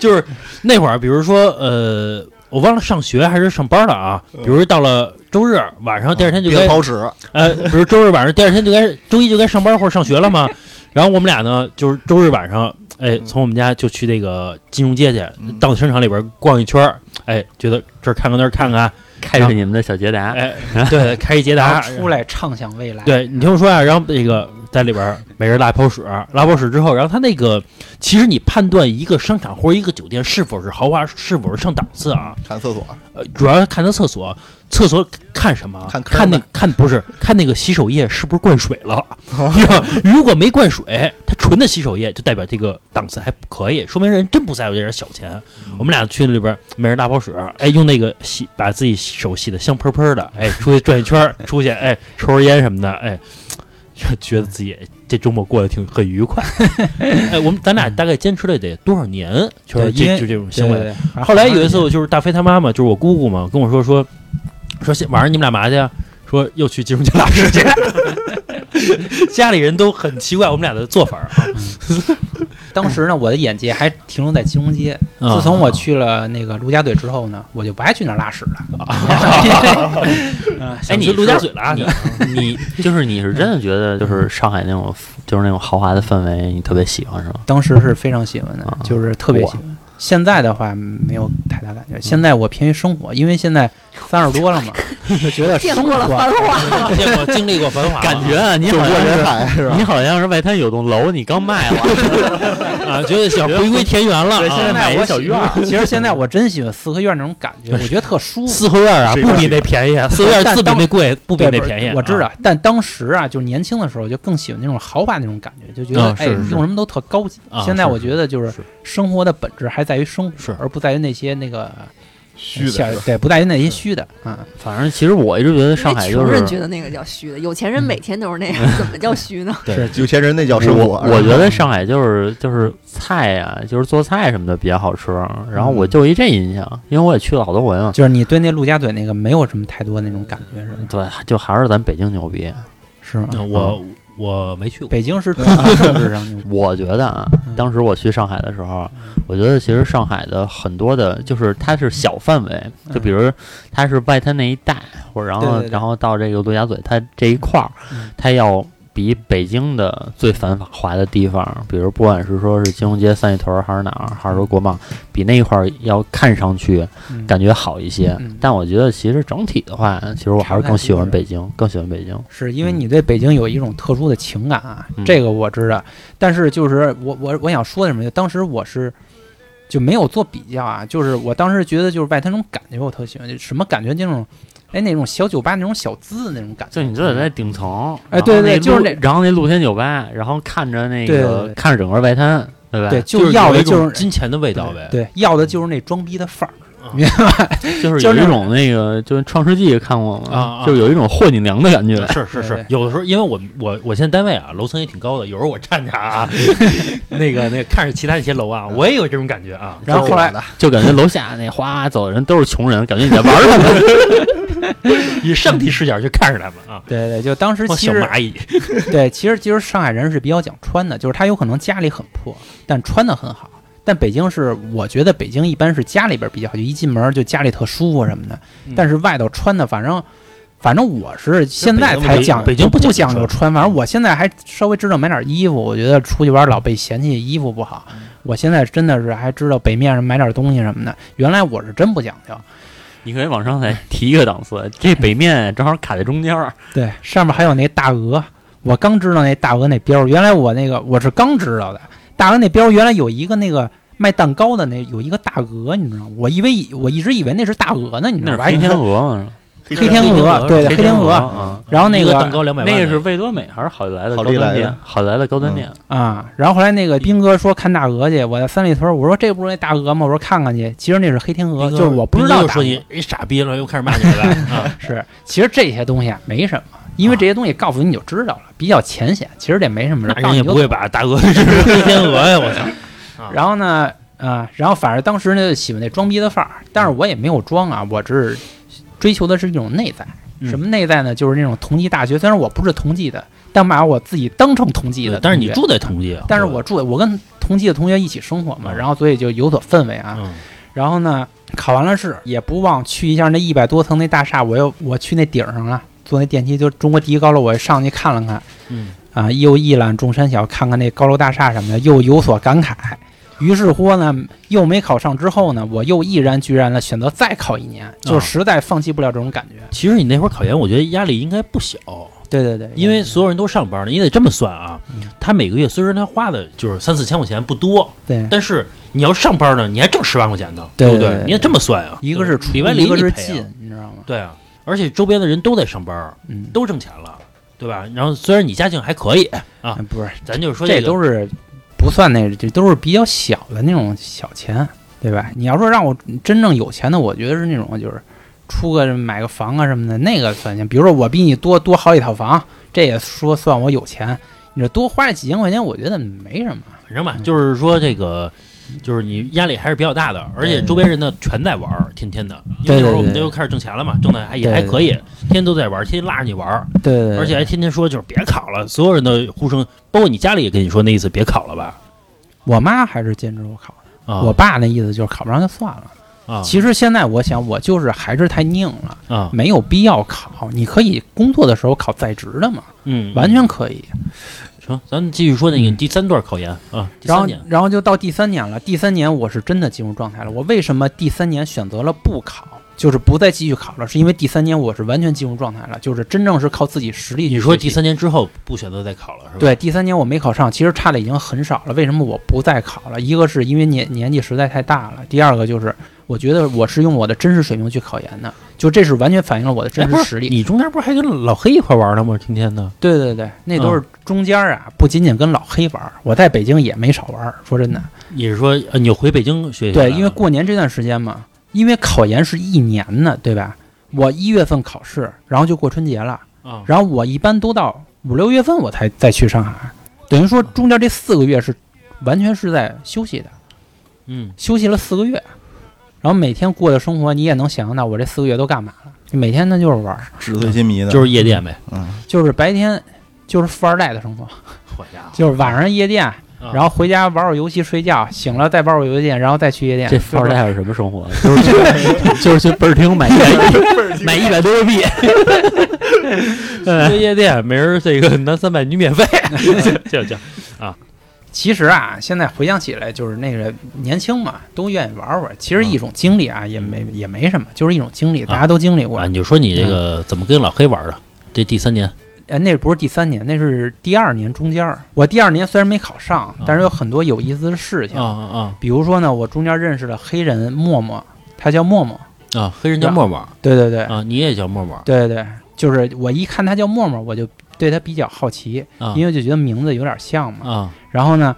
Speaker 2: 就是那会儿，比如说，呃，我忘了上学还是上班了啊。
Speaker 6: 嗯
Speaker 2: 比如到了周日晚上，第二天就该
Speaker 3: 别跑屎，
Speaker 2: 呃，比如周日晚上，第二天就该周一就该上班或者上学了 嘛。然后我们俩呢，就是周日晚上，哎，
Speaker 6: 嗯
Speaker 2: 从我们家就去这个金融街去，
Speaker 3: 嗯
Speaker 2: 到商场里边逛一圈儿，哎，觉得这儿看看那儿看看，
Speaker 4: 开着你们的小捷达，
Speaker 2: 哎，对，开一捷达
Speaker 6: 啊然后出来畅想未来。，
Speaker 2: 对你听我说啊，然后那个在里边儿每人拉一泡屎，拉泡屎之后，然后他那个其实你判断一个商场或者一个酒店是否是豪华，是否是上档次啊，
Speaker 3: 看厕所，
Speaker 2: 呃，主要是看他厕所，厕所看什么？
Speaker 3: 看坑
Speaker 2: 看那
Speaker 3: 呗
Speaker 2: 看不是看那个洗手液是不是灌水 了？
Speaker 7: 哦
Speaker 2: 你知道如果没灌水，它纯的洗手液就代表这个档次还可以，说明人真不在乎这点小钱。
Speaker 7: 嗯
Speaker 2: 我们俩去里边，每人大泡水，哎，用那个洗把自己手洗的香喷喷的，哎，出去转一 圈儿，出去哎抽抽烟什么的，哎。觉得自己这周末过得挺很愉 快，哎，我们咱俩大概坚持了得多少年，就
Speaker 7: 对
Speaker 2: 是
Speaker 7: 因
Speaker 2: 这
Speaker 7: 为
Speaker 2: 就这种行
Speaker 7: 对
Speaker 2: 为嗯
Speaker 7: 对，对。然
Speaker 2: 后来有一次，我就是大飞他妈妈，就是我姑姑嘛，跟我说说说先晚上你们俩嘛去啊？说又去金融街拉屎去。 家里人都很奇怪我们俩的做法儿啊
Speaker 6: 当时呢，我的眼界还停留在金融街。
Speaker 2: 啊。
Speaker 6: 自从我去了那个陆家嘴之后呢，我就不爱去那儿拉屎了。
Speaker 2: 啊
Speaker 6: 嗯
Speaker 2: 哎，
Speaker 6: 想
Speaker 2: 你
Speaker 6: 去
Speaker 2: 是陆家
Speaker 6: 吃
Speaker 2: 嘴了啊？你
Speaker 4: 你就是你是真的觉得就是上海那种就是那种豪华的氛围，你特别喜欢是吗？
Speaker 6: 当时是非常喜欢的
Speaker 4: 啊，
Speaker 6: 就是特别喜欢。现在的话没有太大感觉，
Speaker 2: 嗯
Speaker 6: 现在我偏于生活，因为现在三十多了 嘛，就觉得
Speaker 5: 见
Speaker 6: 生
Speaker 5: 过了
Speaker 6: 活
Speaker 2: 啊
Speaker 5: 繁华，
Speaker 2: 见过经历过繁华吗，
Speaker 4: 感觉啊，你
Speaker 3: 酒
Speaker 4: 好
Speaker 3: 过
Speaker 4: 像
Speaker 3: 人
Speaker 4: 是
Speaker 3: 海是吧？
Speaker 4: 你好像是外滩有栋楼，你刚卖了，
Speaker 2: 啊，觉得想回归田园了
Speaker 4: 对现
Speaker 2: 啊。
Speaker 4: 在买
Speaker 6: 买
Speaker 4: 一
Speaker 6: 一
Speaker 4: 哎小
Speaker 6: 小
Speaker 4: 院
Speaker 6: 院
Speaker 4: 儿
Speaker 6: 儿。其实现在我真喜欢四合院那种感 觉，我觉得特舒服。
Speaker 2: 四合院啊，
Speaker 3: 是
Speaker 2: 不比那便宜，四合院
Speaker 6: 但
Speaker 2: 自比
Speaker 6: 当
Speaker 2: 那贵，不比
Speaker 6: 对
Speaker 2: 那
Speaker 6: 不是
Speaker 2: 便宜。
Speaker 6: 我知
Speaker 2: 啊
Speaker 6: 道，但当时啊，就是年轻的时候，就更喜欢那种豪华那种感觉，就觉得
Speaker 2: 啊是
Speaker 6: 哎，
Speaker 2: 是
Speaker 6: 用什么都特高级
Speaker 2: 啊。
Speaker 6: 现在
Speaker 2: 是
Speaker 6: 我觉得就是
Speaker 2: 是
Speaker 6: 生活的本质还在于生
Speaker 2: 是
Speaker 6: 活，而不在于那些那个呃
Speaker 3: 虚
Speaker 6: 小
Speaker 3: 的，
Speaker 6: 对，不在于那些虚的啊。
Speaker 4: 反正其实我一直觉得上海就
Speaker 5: 穷
Speaker 4: 是
Speaker 5: 人觉得那个叫虚的，有钱人每天都是那样，怎么叫虚呢？
Speaker 3: 有钱人那叫生
Speaker 4: 我
Speaker 3: 活。
Speaker 4: 我觉得
Speaker 6: 嗯
Speaker 4: 上海就是就是菜呀、就是做菜什么的比较好吃。然后
Speaker 6: 嗯
Speaker 4: 我就一这印象，因为我也去了好多回嘛。
Speaker 6: 就是你对那陆家嘴那个没有什么太多那种感觉，是吗？
Speaker 4: 对，就还是咱北京牛逼。
Speaker 6: 是吗？哦
Speaker 2: 嗯我我没去过，
Speaker 6: 北 京是政治政治上牛逼，
Speaker 4: 我觉得啊，
Speaker 6: 嗯
Speaker 4: 当时我去上海的时候，我觉得其实上海的很多的，就是它是小范围，就比如它是外滩那一带，或者然
Speaker 6: 嗯
Speaker 4: 后
Speaker 6: 对对对
Speaker 4: 然后到这个陆家嘴，它这一块儿，
Speaker 6: 嗯
Speaker 4: 它要比北京的最繁华的地方，比如不管是说是金融街、三里屯儿还是哪儿，还是说国贸，比那块儿要看上去
Speaker 6: 嗯
Speaker 4: 感觉好一些。
Speaker 6: 嗯
Speaker 4: 但我觉得其实整体的话，其实我还是更喜欢北京，更喜欢北京。
Speaker 6: 是因为你对北京有一种特殊的情感啊，
Speaker 4: 嗯
Speaker 6: 这个我知道。但是就是我我我想说的什么，就当时我是就没有做比较啊，就是我当时觉得就是外滩那种感觉我特喜欢，就什么感觉那种，哎那种小酒吧那种小资的那种感觉，
Speaker 4: 就你就得在顶层，
Speaker 6: 哎对对
Speaker 4: 然后
Speaker 6: 就是
Speaker 4: 那露
Speaker 6: 那
Speaker 4: 然后那露天酒吧，然后看着那
Speaker 6: 对
Speaker 4: 个
Speaker 6: 对对
Speaker 4: 看着整个外滩，对吧？
Speaker 6: 对，，
Speaker 2: 就
Speaker 6: 就要
Speaker 2: 有
Speaker 6: 的
Speaker 2: 一
Speaker 6: 就
Speaker 2: 种
Speaker 6: 是
Speaker 2: 金钱的味道呗。
Speaker 6: 对要的就是那装逼的范儿，
Speaker 4: 就是有
Speaker 6: 就是
Speaker 4: 一
Speaker 6: 那
Speaker 4: 种那个，就是《创世纪》看过
Speaker 2: 啊
Speaker 4: 吗？
Speaker 2: 啊
Speaker 4: 就是有一种霍你娘的感觉。
Speaker 2: 是是
Speaker 6: 对
Speaker 2: 是，有的时候因为我我我现在单位啊，楼层也挺高的，有时候我站着啊， 那个那个看着其他一些楼啊，我也有这种感觉啊。
Speaker 6: 然后后来
Speaker 4: 就感觉楼下那哗走的人都是穷人，感觉你在玩他们。
Speaker 2: 以上帝视角去看着他们啊，
Speaker 6: 对对，就当时
Speaker 2: 我
Speaker 6: 其
Speaker 2: 小
Speaker 6: 实
Speaker 2: 蚂蚁，
Speaker 6: 对，其实其实上海人是比较讲穿的，就是他有可能家里很破，但穿的很好。但北京是，我觉得北京一般是家里边比较好，就一进门就家里特舒服什么的。
Speaker 2: 嗯
Speaker 6: 但是外头穿的，反正反正我是现在才讲，
Speaker 2: 北京不
Speaker 6: 不
Speaker 2: 讲究
Speaker 6: 讲究穿，反正我现在还稍微知道买点衣服。我觉得出去玩老被嫌弃衣服不好，
Speaker 2: 嗯
Speaker 6: 我现在真的是还知道北面上买点东西什么的。原来我是真不讲究，
Speaker 4: 你可以往上再提一个档次，这北面正好卡在中间儿。
Speaker 6: 对，上面还有那大鹅，我刚知道那大鹅那标儿，原来我那个我是刚知道的，大鹅那标儿原来有一个那个卖蛋糕的那有一个大鹅，你知道吗？我以为我一直以为那是大鹅呢，你知
Speaker 4: 那
Speaker 6: 道
Speaker 4: 是
Speaker 6: 吧？
Speaker 4: 黑天鹅嘛？
Speaker 6: 黑天鹅，对黑天鹅。
Speaker 4: 啊，
Speaker 6: 然后那
Speaker 2: 一
Speaker 6: 个
Speaker 2: 蛋糕两百万，
Speaker 4: 那个是味多美还是好利来的
Speaker 3: 好
Speaker 4: 高
Speaker 3: 利
Speaker 4: 端
Speaker 3: 来的
Speaker 4: 店？好利来的高端店。
Speaker 6: 啊，然后后来那个斌哥说看大鹅去，我在三里屯儿，我说这不是那大鹅吗？我说看看去，其实那是黑天鹅，就是我不知道
Speaker 2: 又
Speaker 6: 大
Speaker 2: 说
Speaker 6: 鹅。
Speaker 2: 你哎傻逼了，又 开始骂你了啊
Speaker 6: 是，其实这些东西啊没什么，因为这些东西告诉你你就知道了，比较浅显，其实这没什么
Speaker 2: 那
Speaker 6: 事儿，告
Speaker 2: 人
Speaker 6: 诉
Speaker 2: 也
Speaker 6: 你就
Speaker 2: 不会把大鹅是 黑天鹅呀， 我操！
Speaker 6: 然后呢，啊，然后反正当时呢就喜欢那装逼的范儿，但是我也没有装啊，我只是追求的是一种内在。
Speaker 2: 嗯
Speaker 6: 什么内在呢？就是那种同济大学，虽然我不是同济的，但把我自己当成同济的同学。
Speaker 2: 但是你住在同济，啊
Speaker 6: 但是我住，我跟同济的同学一起生活嘛，
Speaker 2: 嗯
Speaker 6: 然后所以就有所氛围啊。
Speaker 2: 嗯
Speaker 6: 然后呢，考完了试也不忘去一下那一百多层那大厦，我又我去那顶上了，坐那电梯，就中国第一高楼，我上去看了看，
Speaker 2: 嗯
Speaker 6: 啊，又一览众山小，看看那高楼大厦什么的，又有所感慨。于是乎呢，又没考上之后呢，我又毅然决然的选择再考一年，就
Speaker 2: 啊
Speaker 6: 实在放弃不了这种感觉。
Speaker 2: 其实你那会儿考研，我觉得压力应该不小，
Speaker 6: 对对对，
Speaker 2: 因为所有人都上班了。你得这么算啊
Speaker 6: 嗯，
Speaker 2: 他每个月虽然他花的就是三四千块钱不多，
Speaker 6: 对
Speaker 2: 但是你要上班呢，你还挣十万块钱呢，
Speaker 6: 对
Speaker 2: 不
Speaker 6: 对对
Speaker 2: 对？你得这么算啊。
Speaker 6: 一个是出，
Speaker 2: 里外里
Speaker 6: 一个
Speaker 2: 你
Speaker 6: 是
Speaker 2: 赔啊
Speaker 6: 进，你知道吗？
Speaker 2: 对啊，而且周边的人都在上班，
Speaker 6: 嗯，
Speaker 2: 都挣钱了，对吧？然后虽然你家境还可以，啊
Speaker 6: 嗯不是，
Speaker 2: 咱就是说
Speaker 6: 这
Speaker 2: 个
Speaker 6: 都是不算那，这都是比较小的那种小钱，对吧？你要说让我真正有钱的，我觉得是那种就是出个买个房啊什么的，那个算钱。比如说我比你多多好几套房，这也说算我有钱。你这多花这几千块钱，我觉得没什么。
Speaker 2: 反正吧，
Speaker 6: 嗯
Speaker 2: 就是说这个，就是你压力还是比较大的，而且周边人呢全在玩儿，天天的。因为
Speaker 6: 对对
Speaker 2: 那会儿我们
Speaker 6: 对
Speaker 2: 都开始挣钱了嘛，挣的还也
Speaker 6: 对
Speaker 2: 还
Speaker 6: 对
Speaker 2: 可以，天天都在玩儿，天天拉着你玩儿，
Speaker 6: 对对
Speaker 2: 而且还天天说就是别考了，所有人都呼声，包括你家里也跟你说那意思，别考了吧。
Speaker 6: 我妈还是坚持我考的，
Speaker 2: 啊，
Speaker 6: 我爸那意思就是考不上就算了。
Speaker 2: 啊
Speaker 6: 其实现在我想，我就是还是太拧了，
Speaker 2: 啊
Speaker 6: 没有必要考。你可以工作的时候考在职的嘛，
Speaker 2: 嗯，
Speaker 6: 完全可以。
Speaker 2: 成。咱们继续说那个
Speaker 6: 嗯
Speaker 2: 第三段考研啊，第
Speaker 6: 然
Speaker 2: 三
Speaker 6: 后
Speaker 2: 年，
Speaker 6: 然后就到第三年了。第三年我是真的进入状态了。我为什么第三年选择了不考，就是不再继续考了？是因为第三年我是完全进入状态了，就是真正是靠自己实力去学习。
Speaker 2: 你说第三年之后不选择再考了是吧？哎
Speaker 6: 对第三年我没考上，其实差的已经很少了。为什么我不再考了？一个是因为年年纪实在太大了，第二个就是我觉得我是用我的真实水平去考研的，就这是完全反映了我的
Speaker 2: 哎
Speaker 6: 真
Speaker 2: 不
Speaker 6: 实
Speaker 2: 是
Speaker 6: 实力。嗯
Speaker 2: 你中间不是还跟老黑一块玩了吗？天天的
Speaker 6: 对对对，那都是中间啊，不仅仅跟老黑玩儿，我在北京也没少玩儿。说真的。
Speaker 2: 你是说呃你又回北京学习来
Speaker 6: 对，
Speaker 2: 了啊
Speaker 6: 因为过年这段时间嘛，因为考研是一年的，对吧？我一月份考试，然后就过春节了，
Speaker 2: 啊
Speaker 6: 然后我一般都到五六月份我才再去上海，等于说中间这四个月是完全是在休息的，
Speaker 2: 嗯
Speaker 6: 休息了四个月，然后每天过的生活你也能想象到我这四个月都干嘛了，每天呢就是玩儿，
Speaker 3: 纸醉金迷的，
Speaker 2: 就是夜店呗，
Speaker 3: 嗯，
Speaker 6: 就是白天就是富二代的生活，
Speaker 2: 好家伙，
Speaker 6: 就是晚上夜店，然后回家玩会儿游戏睡觉，醒了再玩会儿游戏，然后再去夜店。
Speaker 4: 这富二代是什么 生活？就是去就是去倍儿厅买一百买一百多个币，
Speaker 2: 去夜店，每人这个男三百女 免费，这这
Speaker 6: 其实啊，现在回想起来，就是那个年轻嘛，都愿意玩玩。其实一种经历啊，也没也没什么，就是一种经历，大家都经历
Speaker 2: 嗯
Speaker 6: 过。
Speaker 2: 啊，你就说你这
Speaker 6: 嗯
Speaker 2: 个怎么跟老黑玩的？这第三年
Speaker 6: 哎，那不是第三年，那是第二年中间儿。我第二年虽然没考上，但是有很多有意思的事情。
Speaker 2: 啊
Speaker 6: 比如说呢，我中间认识了黑人默默，他叫默默。
Speaker 2: 啊啊！黑人叫默默
Speaker 6: 对对对，
Speaker 2: 啊，你也叫默默
Speaker 6: 对对对，就是我一看他叫默默，我就对他比较好奇，
Speaker 2: 啊
Speaker 6: 因为就觉得名字有点像嘛。
Speaker 2: 啊
Speaker 6: 然后呢，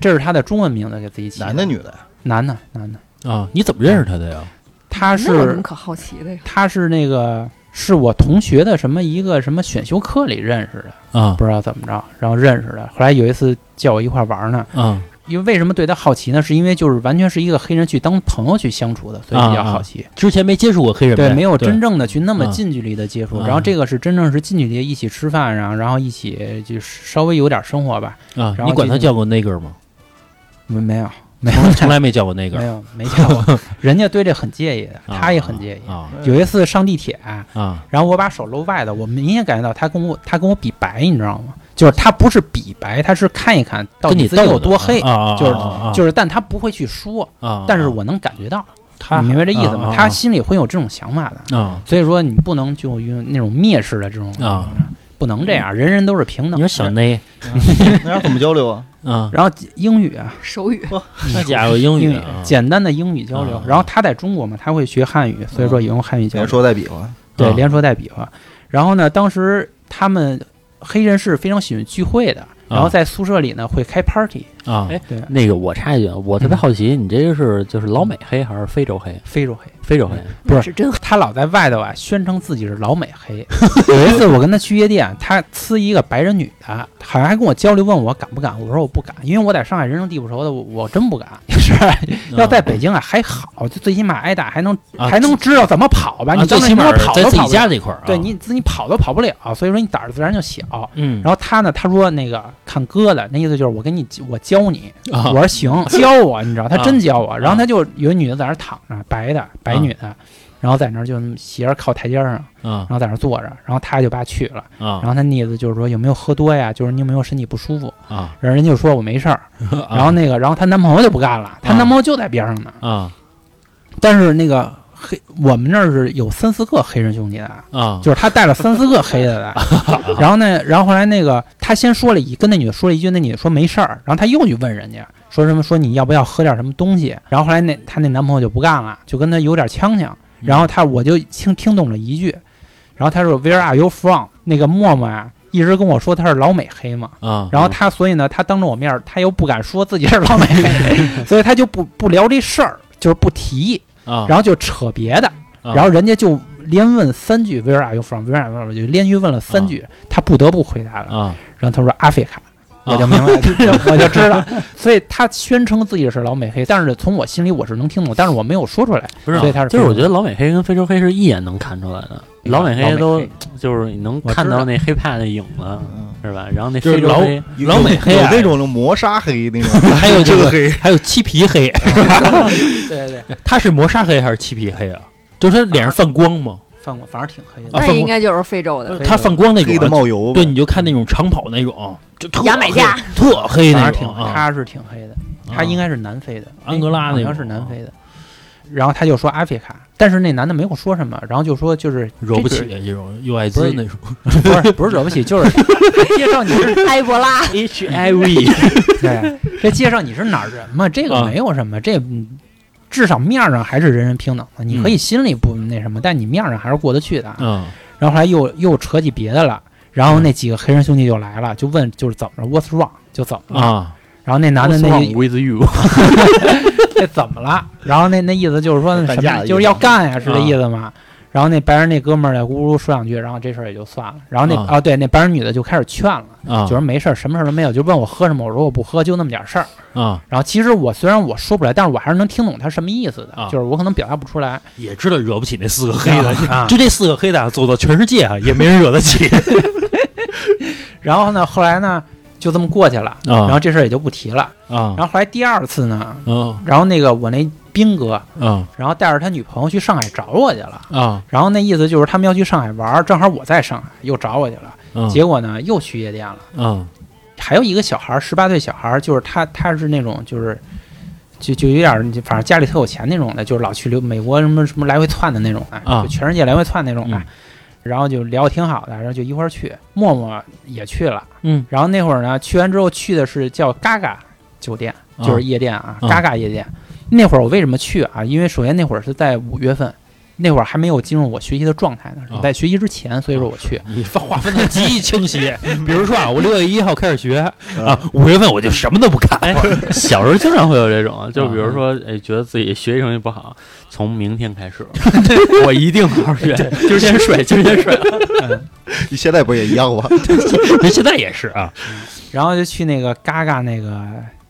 Speaker 6: 这是他的中文名字，给自己起
Speaker 3: 男的女的呀？
Speaker 6: 男的男的，
Speaker 2: 啊！你怎么认识他的呀？
Speaker 6: 他
Speaker 5: 那有什
Speaker 6: 是
Speaker 5: 么可好奇的呀？
Speaker 6: 他是那个是我同学的什么一个什么选修课里认识的，
Speaker 2: 啊
Speaker 6: 不知道怎么着，然后认识的。后来有一次叫我一块儿玩儿呢，
Speaker 2: 啊
Speaker 6: 因为为什么对他好奇呢？是因为就是完全是一个黑人去当朋友去相处的，所以比较好奇。
Speaker 2: 之前没接触过黑人呗，
Speaker 6: 对，没有真
Speaker 2: 正
Speaker 6: 正的去那么
Speaker 2: 啊
Speaker 6: 近距离的接触。
Speaker 2: 啊
Speaker 6: 然后这个是真正是近距离一起吃饭，然后然后一起就稍微有点生活吧。
Speaker 2: 啊
Speaker 6: 然后。
Speaker 2: 你管他
Speaker 6: 就是
Speaker 2: 叫过那个 吗？
Speaker 6: 没没有没
Speaker 2: 从从
Speaker 6: 有
Speaker 2: 来没叫过那个
Speaker 6: 没
Speaker 2: 啊
Speaker 6: 有没见过，人家对这很介意 的，他也很介意。
Speaker 2: 啊
Speaker 6: 有一次上地铁、
Speaker 2: 啊
Speaker 6: 然后我把手搂外头，我明显感觉到他跟我他跟我比白，你知道吗？就是他不是比白，他是看一看到
Speaker 2: 跟
Speaker 6: 底
Speaker 2: 你
Speaker 6: 自己
Speaker 2: 斗
Speaker 6: 有
Speaker 2: 的
Speaker 6: 多黑，
Speaker 2: 啊啊
Speaker 6: 就是、
Speaker 2: 啊啊
Speaker 6: 就是，但他不会去说，
Speaker 2: 啊，
Speaker 6: 但是我能感觉到，
Speaker 2: 他
Speaker 6: 你明白这意思吗？
Speaker 2: 啊啊
Speaker 6: 他心里会有这种想法的，
Speaker 2: 啊
Speaker 6: 所以说你不能就用那种蔑视的这种，
Speaker 2: 啊，
Speaker 6: 不能这样，人人都是平等的。
Speaker 2: 你说小内
Speaker 3: 那要怎么交流啊？
Speaker 2: 啊，
Speaker 6: 然后英语啊，
Speaker 5: 手语
Speaker 2: 那家伙英
Speaker 6: 英
Speaker 2: 语
Speaker 6: 语
Speaker 2: 啊
Speaker 6: 简单的英语交流
Speaker 2: 啊，啊
Speaker 6: 然后他在中国嘛，他会学汉语，所以说也用汉语交
Speaker 3: 连
Speaker 6: 流。
Speaker 3: 说带比划，
Speaker 2: 啊
Speaker 6: 对，连说带比划。然后呢，当时他们黑人是非常喜欢聚会的，然后在宿舍里呢会开 party，嗯
Speaker 2: 啊
Speaker 4: 哎
Speaker 6: 对，
Speaker 4: 那个我插一句，我
Speaker 6: 嗯
Speaker 4: 特别好奇，你这个是就是老美黑还是非洲黑？
Speaker 6: 非洲黑。
Speaker 4: 非洲黑
Speaker 6: 不是
Speaker 5: 是真
Speaker 6: 他老在外头啊宣称自己是老美 黑。有一次我跟他去夜店，他呲一个白人女的，好像还跟我交流，问我敢不敢。我说我不敢，因为我在上海人生地不熟的，我我真不敢。 是要在北京啊还好，就最起码挨打还能、
Speaker 2: 嗯啊
Speaker 6: 还能知道怎么跑吧。
Speaker 2: 啊
Speaker 6: 你到
Speaker 2: 最
Speaker 6: 那
Speaker 2: 起
Speaker 6: 他妈
Speaker 2: 码
Speaker 6: 跑
Speaker 2: 在
Speaker 6: 都
Speaker 2: 自
Speaker 6: 跑
Speaker 2: 己
Speaker 6: 不了，
Speaker 2: 家这块儿啊，
Speaker 6: 对你自己跑都跑不了，所以说你胆儿自然就小。
Speaker 2: 嗯，
Speaker 6: 然后他呢，他说那个看疙瘩，那意思就是我给你我教教你。
Speaker 2: 啊
Speaker 6: 我说 行，教我，你知道，他
Speaker 2: 啊
Speaker 6: 真教我。然
Speaker 2: 啊
Speaker 6: 后他就有一女的在那儿躺着，白的白女的，然后在那儿就斜着靠台阶儿上，
Speaker 2: 啊
Speaker 6: 然后在那儿坐着，然后他就把她去了。然
Speaker 2: 啊
Speaker 6: 后他那意思就是说有没有喝多呀？就是你有没有身体不舒服？
Speaker 2: 啊！
Speaker 6: 然后人家就说我没事儿。然后那个，然后她男朋友就不干了，她男朋友就在边上呢。
Speaker 2: 啊
Speaker 6: 但是那个黑，我们那儿是有三四个黑人兄弟的啊，
Speaker 2: 啊
Speaker 6: 就是他带了三四个黑的来。然后呢，然后后来那个他先说了一跟那女的说了一句，那女的说没事儿，然后他又去问人家说什么说你要不要喝点什么东西？然后后来那她那男朋友就不干了，就跟她有点呛呛。然后他我就听听懂了一句，然后他说 Where are you from？那个默默啊，一直跟我说他是老美黑嘛。
Speaker 2: 啊！
Speaker 6: 然后他所以呢，他当着我面儿他又不敢说自己是老美黑，所以他就不不聊这事儿，就是不提，
Speaker 2: 啊，
Speaker 6: 然后就扯别的，
Speaker 2: 啊
Speaker 6: 然后人家就连问三句 Where are you from？Where are you from？就连续问了三句，他不得不回答了。
Speaker 2: 啊
Speaker 6: 然后他说阿非卡，我就
Speaker 2: 啊
Speaker 6: 明白了， 我就知道，所以他宣称自己是老美黑，但是从我心里我是能听懂，但是我没有说出来，
Speaker 4: 不是，
Speaker 6: 所以他是
Speaker 4: 就是我觉
Speaker 6: 得
Speaker 4: 得老美黑跟非洲黑是一眼能看出来的，老美黑都就是你能看到那黑怕的影子，
Speaker 3: 嗯
Speaker 4: 是吧？然后那
Speaker 2: 就是
Speaker 4: 非洲
Speaker 2: 老
Speaker 4: 黑，
Speaker 2: 老美黑
Speaker 3: 有
Speaker 2: 啊
Speaker 3: 那种磨砂黑那种，
Speaker 2: 还有这
Speaker 3: 这
Speaker 2: 个
Speaker 3: 个黑，
Speaker 2: 还有漆皮 黑，
Speaker 6: 对对对，
Speaker 2: 他是磨砂黑还是漆皮黑啊？就是他脸上泛光嘛，
Speaker 6: 反我反正挺黑的。
Speaker 2: 啊
Speaker 5: 那
Speaker 2: 放
Speaker 5: 应该就是非洲 的，
Speaker 2: 他泛光那种啊
Speaker 3: 黑的冒油吧
Speaker 2: 对，，你就看那种长跑那种，啊就特
Speaker 5: 牙买加
Speaker 2: 黑特黑
Speaker 6: 反
Speaker 2: 那
Speaker 6: 正挺
Speaker 2: 种
Speaker 6: 黑，
Speaker 2: 啊，
Speaker 6: 他是挺黑的，他应该是南非的，哎
Speaker 2: 安哥拉那啊
Speaker 6: 好
Speaker 2: 种
Speaker 6: 像是南非的。然后他就说阿非卡，但是那男的没有说什么，然后就说就是
Speaker 2: 惹不起
Speaker 6: 这
Speaker 2: 这种又艾
Speaker 6: 不
Speaker 2: 滋
Speaker 6: 是
Speaker 2: 那种
Speaker 6: 只，不是不 是惹不起，就是 介绍你是
Speaker 5: 埃博拉
Speaker 2: HIV
Speaker 6: 对， 这介绍你是哪儿人嘛，这
Speaker 2: 啊
Speaker 6: 个没有什么，这嗯至少面儿上还是人人平等
Speaker 2: 嗯
Speaker 6: 的。你可以心里不那什么，但你面儿上还是过得去的啊。
Speaker 2: 啊
Speaker 6: 然后后来又又扯起别的了，然
Speaker 2: 嗯
Speaker 6: 后那几个黑人兄弟就来了，就问就是怎么了，What's wrong？就怎么了？
Speaker 2: 啊
Speaker 6: 然后那男的那
Speaker 4: What's wrong with you，
Speaker 6: 这怎么了？然后那那意思就是说
Speaker 3: 打
Speaker 6: 什
Speaker 3: 架
Speaker 6: 么，
Speaker 3: 的意思
Speaker 6: 就是要干呀，是这意思吗？然后那白人那哥们儿呢，呜呜说两句，然后这事儿也就算了。然后那
Speaker 2: 啊
Speaker 6: 啊，对，那白人女的就开始劝了，
Speaker 2: 啊
Speaker 6: 就说没事儿，什么事儿都没有，就问我喝什么，我说我不喝，就那么点儿事儿。
Speaker 2: 啊！
Speaker 6: 然后其实我虽然我说不来，但是我还是能听懂他什么意思的，
Speaker 2: 啊
Speaker 6: 就是我可能表达不出来。
Speaker 2: 也知道惹不起那四个黑的，
Speaker 6: 啊
Speaker 2: 就这四个黑的啊走到全世界啊，也没人惹得起
Speaker 6: 然后呢，后来呢，就这么过去了，然后
Speaker 2: 啊
Speaker 6: 这事儿也就不提了。
Speaker 2: 啊
Speaker 6: 然后后来第二次呢，
Speaker 2: 啊
Speaker 6: 然后那个我那斌哥，
Speaker 2: 啊
Speaker 6: 然后带着他女朋友去上海找我去了。
Speaker 2: 啊！
Speaker 6: 然后那意思就是他们要去上海玩儿，正好我在上海，又找我去了。
Speaker 2: 嗯
Speaker 6: 结果呢，又去夜店了。
Speaker 2: 啊
Speaker 6: 还有一个小孩儿，十八岁小孩儿，就是他，他是那种就是，就就有点儿，反正家里特有钱那种的，就是老去留美国什么什么来回窜的那种的，
Speaker 2: 啊
Speaker 6: 就全世界来回窜那种的。
Speaker 2: 嗯
Speaker 6: 然后就聊得挺好的，然后就一块儿去。默默也去了，
Speaker 2: 嗯，
Speaker 6: 然后那会儿呢，去完之后去的是叫嘎嘎酒店，
Speaker 2: 啊
Speaker 6: 就是夜店啊，
Speaker 2: 啊
Speaker 6: 嘎嘎夜店。那会儿我为什么去啊？因为首先那会儿是在五月份，那会儿还没有进入我学习的状态
Speaker 2: 啊
Speaker 6: 呢，在学习之前，所以说我去。
Speaker 2: 你分划分的极其清晰。比如说啊，我六月一号开始学啊，五月份我就什么都不干。
Speaker 4: 小时候经常会有这种，就比如说，哎，觉得自己学习成绩不好，从明天开始， 我一定好好学， 今儿先睡，今儿先睡。
Speaker 3: 你现在不也一样吗？
Speaker 2: 人 现在也是啊，
Speaker 6: 然后就去那个嘎嘎那个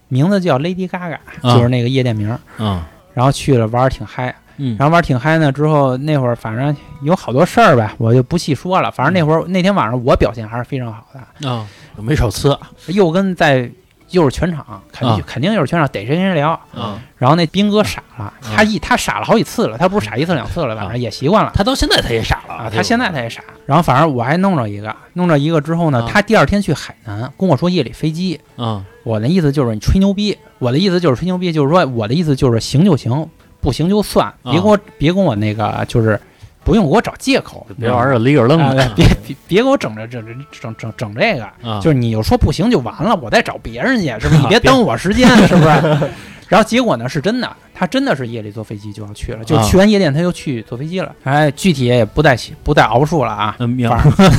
Speaker 6: 名字叫 Lady Gaga，、
Speaker 2: 啊
Speaker 6: 就是那个夜店名儿。
Speaker 2: 啊，
Speaker 6: 然后去了玩儿挺嗨，
Speaker 2: 嗯
Speaker 6: 然后玩儿挺嗨呢之后，那会儿反正有好多事儿吧，我就不细说了。反正那会儿那天晚上我表现还是非常好的，
Speaker 2: 啊，没少吃啊
Speaker 6: 又跟在又是全场，肯定、
Speaker 2: 啊
Speaker 6: 肯定又是全场逮谁跟谁聊。
Speaker 2: 啊。
Speaker 6: 然后那斌哥傻了，他一他傻了好几次了，他不是傻一次两次了，反
Speaker 2: 啊
Speaker 6: 正也习惯了。
Speaker 2: 他到现在他也傻了嗯
Speaker 6: 啊，他现在他也傻，然后反正我还弄着一个，弄着一个之后呢
Speaker 2: 啊，
Speaker 6: 他第二天去海南跟我说夜里飞机，
Speaker 2: 啊
Speaker 6: 我的意思就是你吹牛逼，我的意思就是吹牛逼，就是说我的意思就是行就行，不行就算，别给我、别跟我那个就是不用给我找借口，
Speaker 4: 别玩这里个愣
Speaker 6: 啊
Speaker 4: 的，
Speaker 6: 别别别给我整这整整整整整这个，
Speaker 2: 啊，
Speaker 6: 就是你就说不行就完了，我再找别人去，是 不是？你别耽误我时间，是不是？ 然后结果呢是真的，他真的是夜里坐飞机就要去了，就
Speaker 2: 啊
Speaker 6: 去完夜店他就去坐飞机了，哎，具体也不再不再熬述了啊，
Speaker 2: 嗯，秒
Speaker 6: 反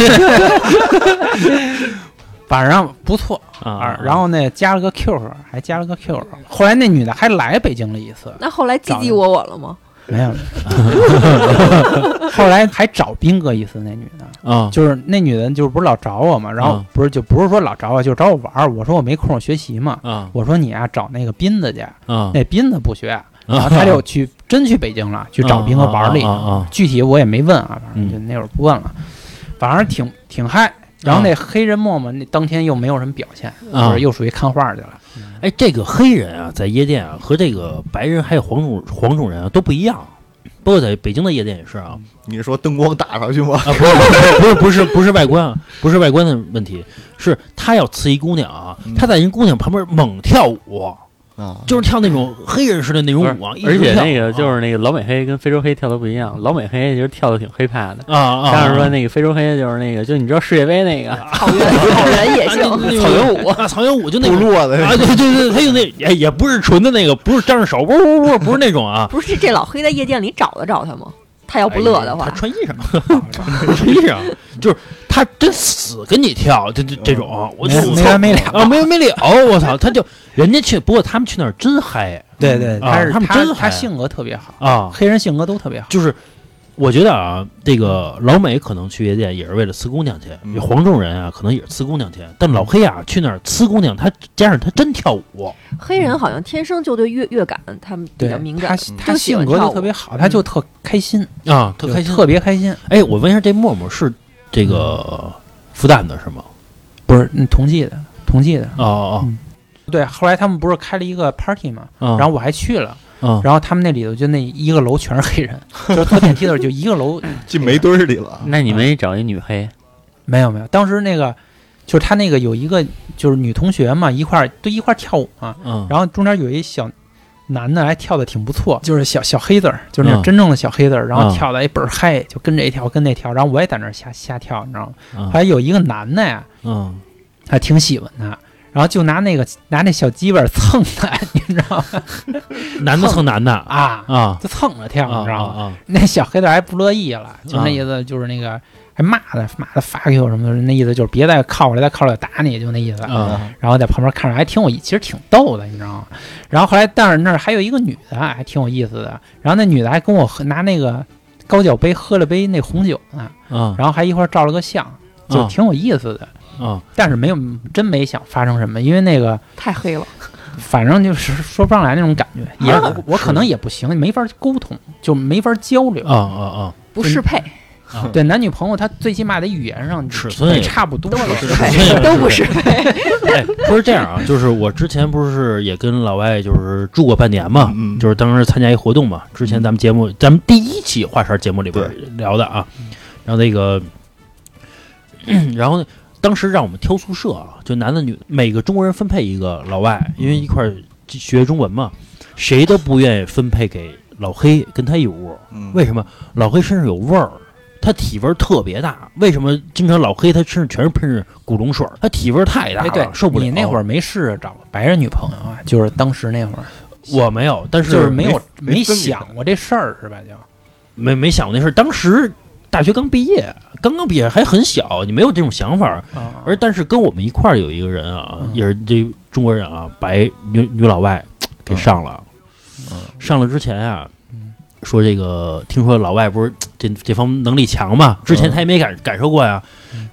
Speaker 6: 反正不错，
Speaker 2: 啊
Speaker 6: 啊，，然后呢，加了个 QQ，还加了个 QQ。后来那女的还来北京了一次，
Speaker 5: 那后来唧唧我我了吗？
Speaker 6: 没有。啊后来还找斌哥一次，那女的，
Speaker 2: 啊
Speaker 6: 就是那女的，就是不是老找我嘛，然后
Speaker 2: 嗯
Speaker 6: 不是就不是说老找我，就是找我玩儿。我说我没空学习嘛，
Speaker 2: 啊
Speaker 6: 我说你啊找那个斌子去，
Speaker 2: 啊，
Speaker 6: 那斌子不学，
Speaker 2: 嗯
Speaker 6: 然 后他就去真去北京了，去找斌哥玩儿了一
Speaker 2: 啊啊啊啊
Speaker 6: 趟。具体我也没问啊，反
Speaker 2: 嗯
Speaker 6: 正就那会儿不问了，反正挺挺嗨。然后那黑人默默那当天又没有什么表现，
Speaker 2: 啊
Speaker 6: 就是又属于看画去了。
Speaker 2: 哎，这个黑人啊，在夜店啊，和这个白人还有黄种黄种人啊都不一样。包括在北京的夜店也是啊，
Speaker 3: 你是说灯光打上去吗？
Speaker 2: 啊，不是不是不是不是外观啊，不是外观的问题，是他要刺一姑娘啊，
Speaker 4: 嗯
Speaker 2: 他在人姑娘旁边猛跳舞，
Speaker 3: 啊，
Speaker 2: 就是跳那种黑人式的那种舞啊，一
Speaker 4: 而
Speaker 2: 直
Speaker 4: 且
Speaker 2: 跳
Speaker 4: 那个就是那个老美黑跟非洲黑跳的不一样，老美黑其实跳的挺黑怕的。
Speaker 2: 啊啊，
Speaker 4: 但是说
Speaker 2: 啊
Speaker 4: 那个非洲黑就是那个，就你知道世界杯那个，
Speaker 5: 草原草原也行，
Speaker 2: 那那
Speaker 4: 草原舞
Speaker 2: 啊，草原舞就那
Speaker 3: 部
Speaker 2: 种。
Speaker 3: 落的
Speaker 2: 啊，对对对，他就那哎也也不是纯的那个，不是张着手，不不不，不是那种啊，
Speaker 5: 不是这老黑在夜店里找得着他吗？他要不乐的话，
Speaker 2: 哎他穿衣裳，穿衣裳， 就是他真死跟你跳，这这这种，
Speaker 4: 嗯
Speaker 2: 我就
Speaker 6: 没没完没了
Speaker 2: 啊，没完没了，我操，他就人家去，不过他们去那儿真嗨
Speaker 6: 对
Speaker 2: 啊
Speaker 6: 对，嗯他是
Speaker 2: 他们真
Speaker 6: 他
Speaker 2: 嗨
Speaker 6: 性格特别好，
Speaker 2: 啊，
Speaker 6: 黑人性格都特别好。
Speaker 2: 就是我觉得啊，这个老美可能去夜店也是为了呲姑娘去，
Speaker 3: 嗯
Speaker 2: 这黄种人啊可能也是呲姑娘去，但老黑啊去那儿呲姑娘，他加上他真跳舞，
Speaker 5: 黑人好像天生就对乐乐感他们比
Speaker 6: 对
Speaker 5: 较敏，
Speaker 6: 他
Speaker 5: 感，
Speaker 6: 他
Speaker 5: 就喜
Speaker 6: 性
Speaker 5: 欢
Speaker 6: 格
Speaker 5: 跳
Speaker 6: 就
Speaker 5: 舞
Speaker 6: 特别好，他就特开心，
Speaker 2: 啊，
Speaker 6: 就
Speaker 2: 特开心。
Speaker 6: 特别开心。
Speaker 2: 哎，我问一下，这默默是这个复旦的是吗？
Speaker 6: 不是嗯同济的，同济的。
Speaker 2: 哦哦
Speaker 6: 对，后来他们不是开了一个 party 嘛，
Speaker 2: 哦，
Speaker 6: 然后我还去了，
Speaker 2: 后
Speaker 6: 然后他们那里头就那一个楼全是 黑人，就是坐电梯的时候就一个楼
Speaker 3: 进煤堆儿里了。
Speaker 4: 那你们也找一女黑，
Speaker 6: 没有没有，当时那个就是他那个有一个就是女同学嘛，一块儿都一块儿跳舞嘛，
Speaker 2: 嗯，
Speaker 6: 然后中间有一小男的还跳的挺不错，就是小小黑子儿，就是
Speaker 2: 嗯
Speaker 6: 那种真正的小黑子儿，然
Speaker 2: 嗯
Speaker 6: 后跳的哎倍儿嗨，就跟这一跳跟那跳，然后我也在那儿瞎瞎跳，你知道吗？
Speaker 2: 嗯
Speaker 6: 还有一个男的呀，
Speaker 2: 嗯。
Speaker 6: 还挺喜欢他。然后就拿那个拿那小鸡巴儿蹭他， 你知道吗？
Speaker 2: 男的蹭男的啊
Speaker 6: 啊，
Speaker 2: 啊
Speaker 6: 就蹭着跳，你知道吗？
Speaker 2: 啊
Speaker 6: 那小黑子还不乐意了，就
Speaker 2: 啊
Speaker 6: 那意思就是那个还骂他骂他 fuck you 什么的，那意思就是别再靠过来，再靠过来打你，就那意思。
Speaker 2: 啊
Speaker 6: 然后在旁边看着还挺有意，其实挺逗的，你知道吗？然后后来但是那儿还有一个女的啊还挺有意思的，然后那女的还跟我喝拿那个高脚杯喝了杯那红酒呢，
Speaker 2: 啊
Speaker 6: 然后还一块儿照了个相，就
Speaker 2: 啊
Speaker 6: 挺有意思的。
Speaker 2: 啊！
Speaker 6: 但是没有真没想发生什么，因为那个
Speaker 5: 太黑了。
Speaker 6: 反正就是说不上来那种感觉，
Speaker 2: 啊
Speaker 6: 也我我可能也不行，没法沟通，就没法交流。
Speaker 2: 啊啊
Speaker 5: 不适配，
Speaker 6: 对男女朋友，他最起码得语言上
Speaker 2: 尺寸也
Speaker 6: 得差不多
Speaker 5: 都不
Speaker 6: 了
Speaker 5: 适
Speaker 2: 是是是
Speaker 5: 配，都不适配。
Speaker 2: 啊！哎，不是这样啊，就是我之前不是也跟老外就是住过半年嘛，
Speaker 3: 嗯嗯
Speaker 2: 就是当时参加一活动嘛。之前咱们节目，咱们第一期华山节目里边聊的啊，然后那个，咳然后当时让我们挑宿舍啊，就男的女，每个中国人分配一个老外，因为一块儿学中文嘛，谁都不愿意分配给老黑跟他一屋。
Speaker 3: 嗯
Speaker 2: 为什么老黑身上有味儿？他体味儿特别大。为什么经常老黑他身上全是喷着古龙水儿？他体味儿太大
Speaker 6: 哎，
Speaker 2: 了，
Speaker 6: 对，
Speaker 2: 受不了。
Speaker 6: 你那会儿没试着找白人女朋友啊？就是当时那会儿，
Speaker 2: 我没有，但是
Speaker 6: 就是没有
Speaker 3: 没
Speaker 6: 没
Speaker 3: 分给
Speaker 6: 想过这事儿是吧？就
Speaker 2: 没没想过那事儿。当时大学刚毕业，刚刚毕业还很小，你没有这种想法儿。
Speaker 6: 啊
Speaker 2: 而但是跟我们一块儿有一个人啊，
Speaker 6: 嗯
Speaker 2: 也是这中国人啊，白女女老外给上了。上了之前啊
Speaker 6: 嗯，
Speaker 2: 说这个听说老外不是这这方面能力强嘛，之前
Speaker 3: 嗯
Speaker 2: 他也没感感受过呀。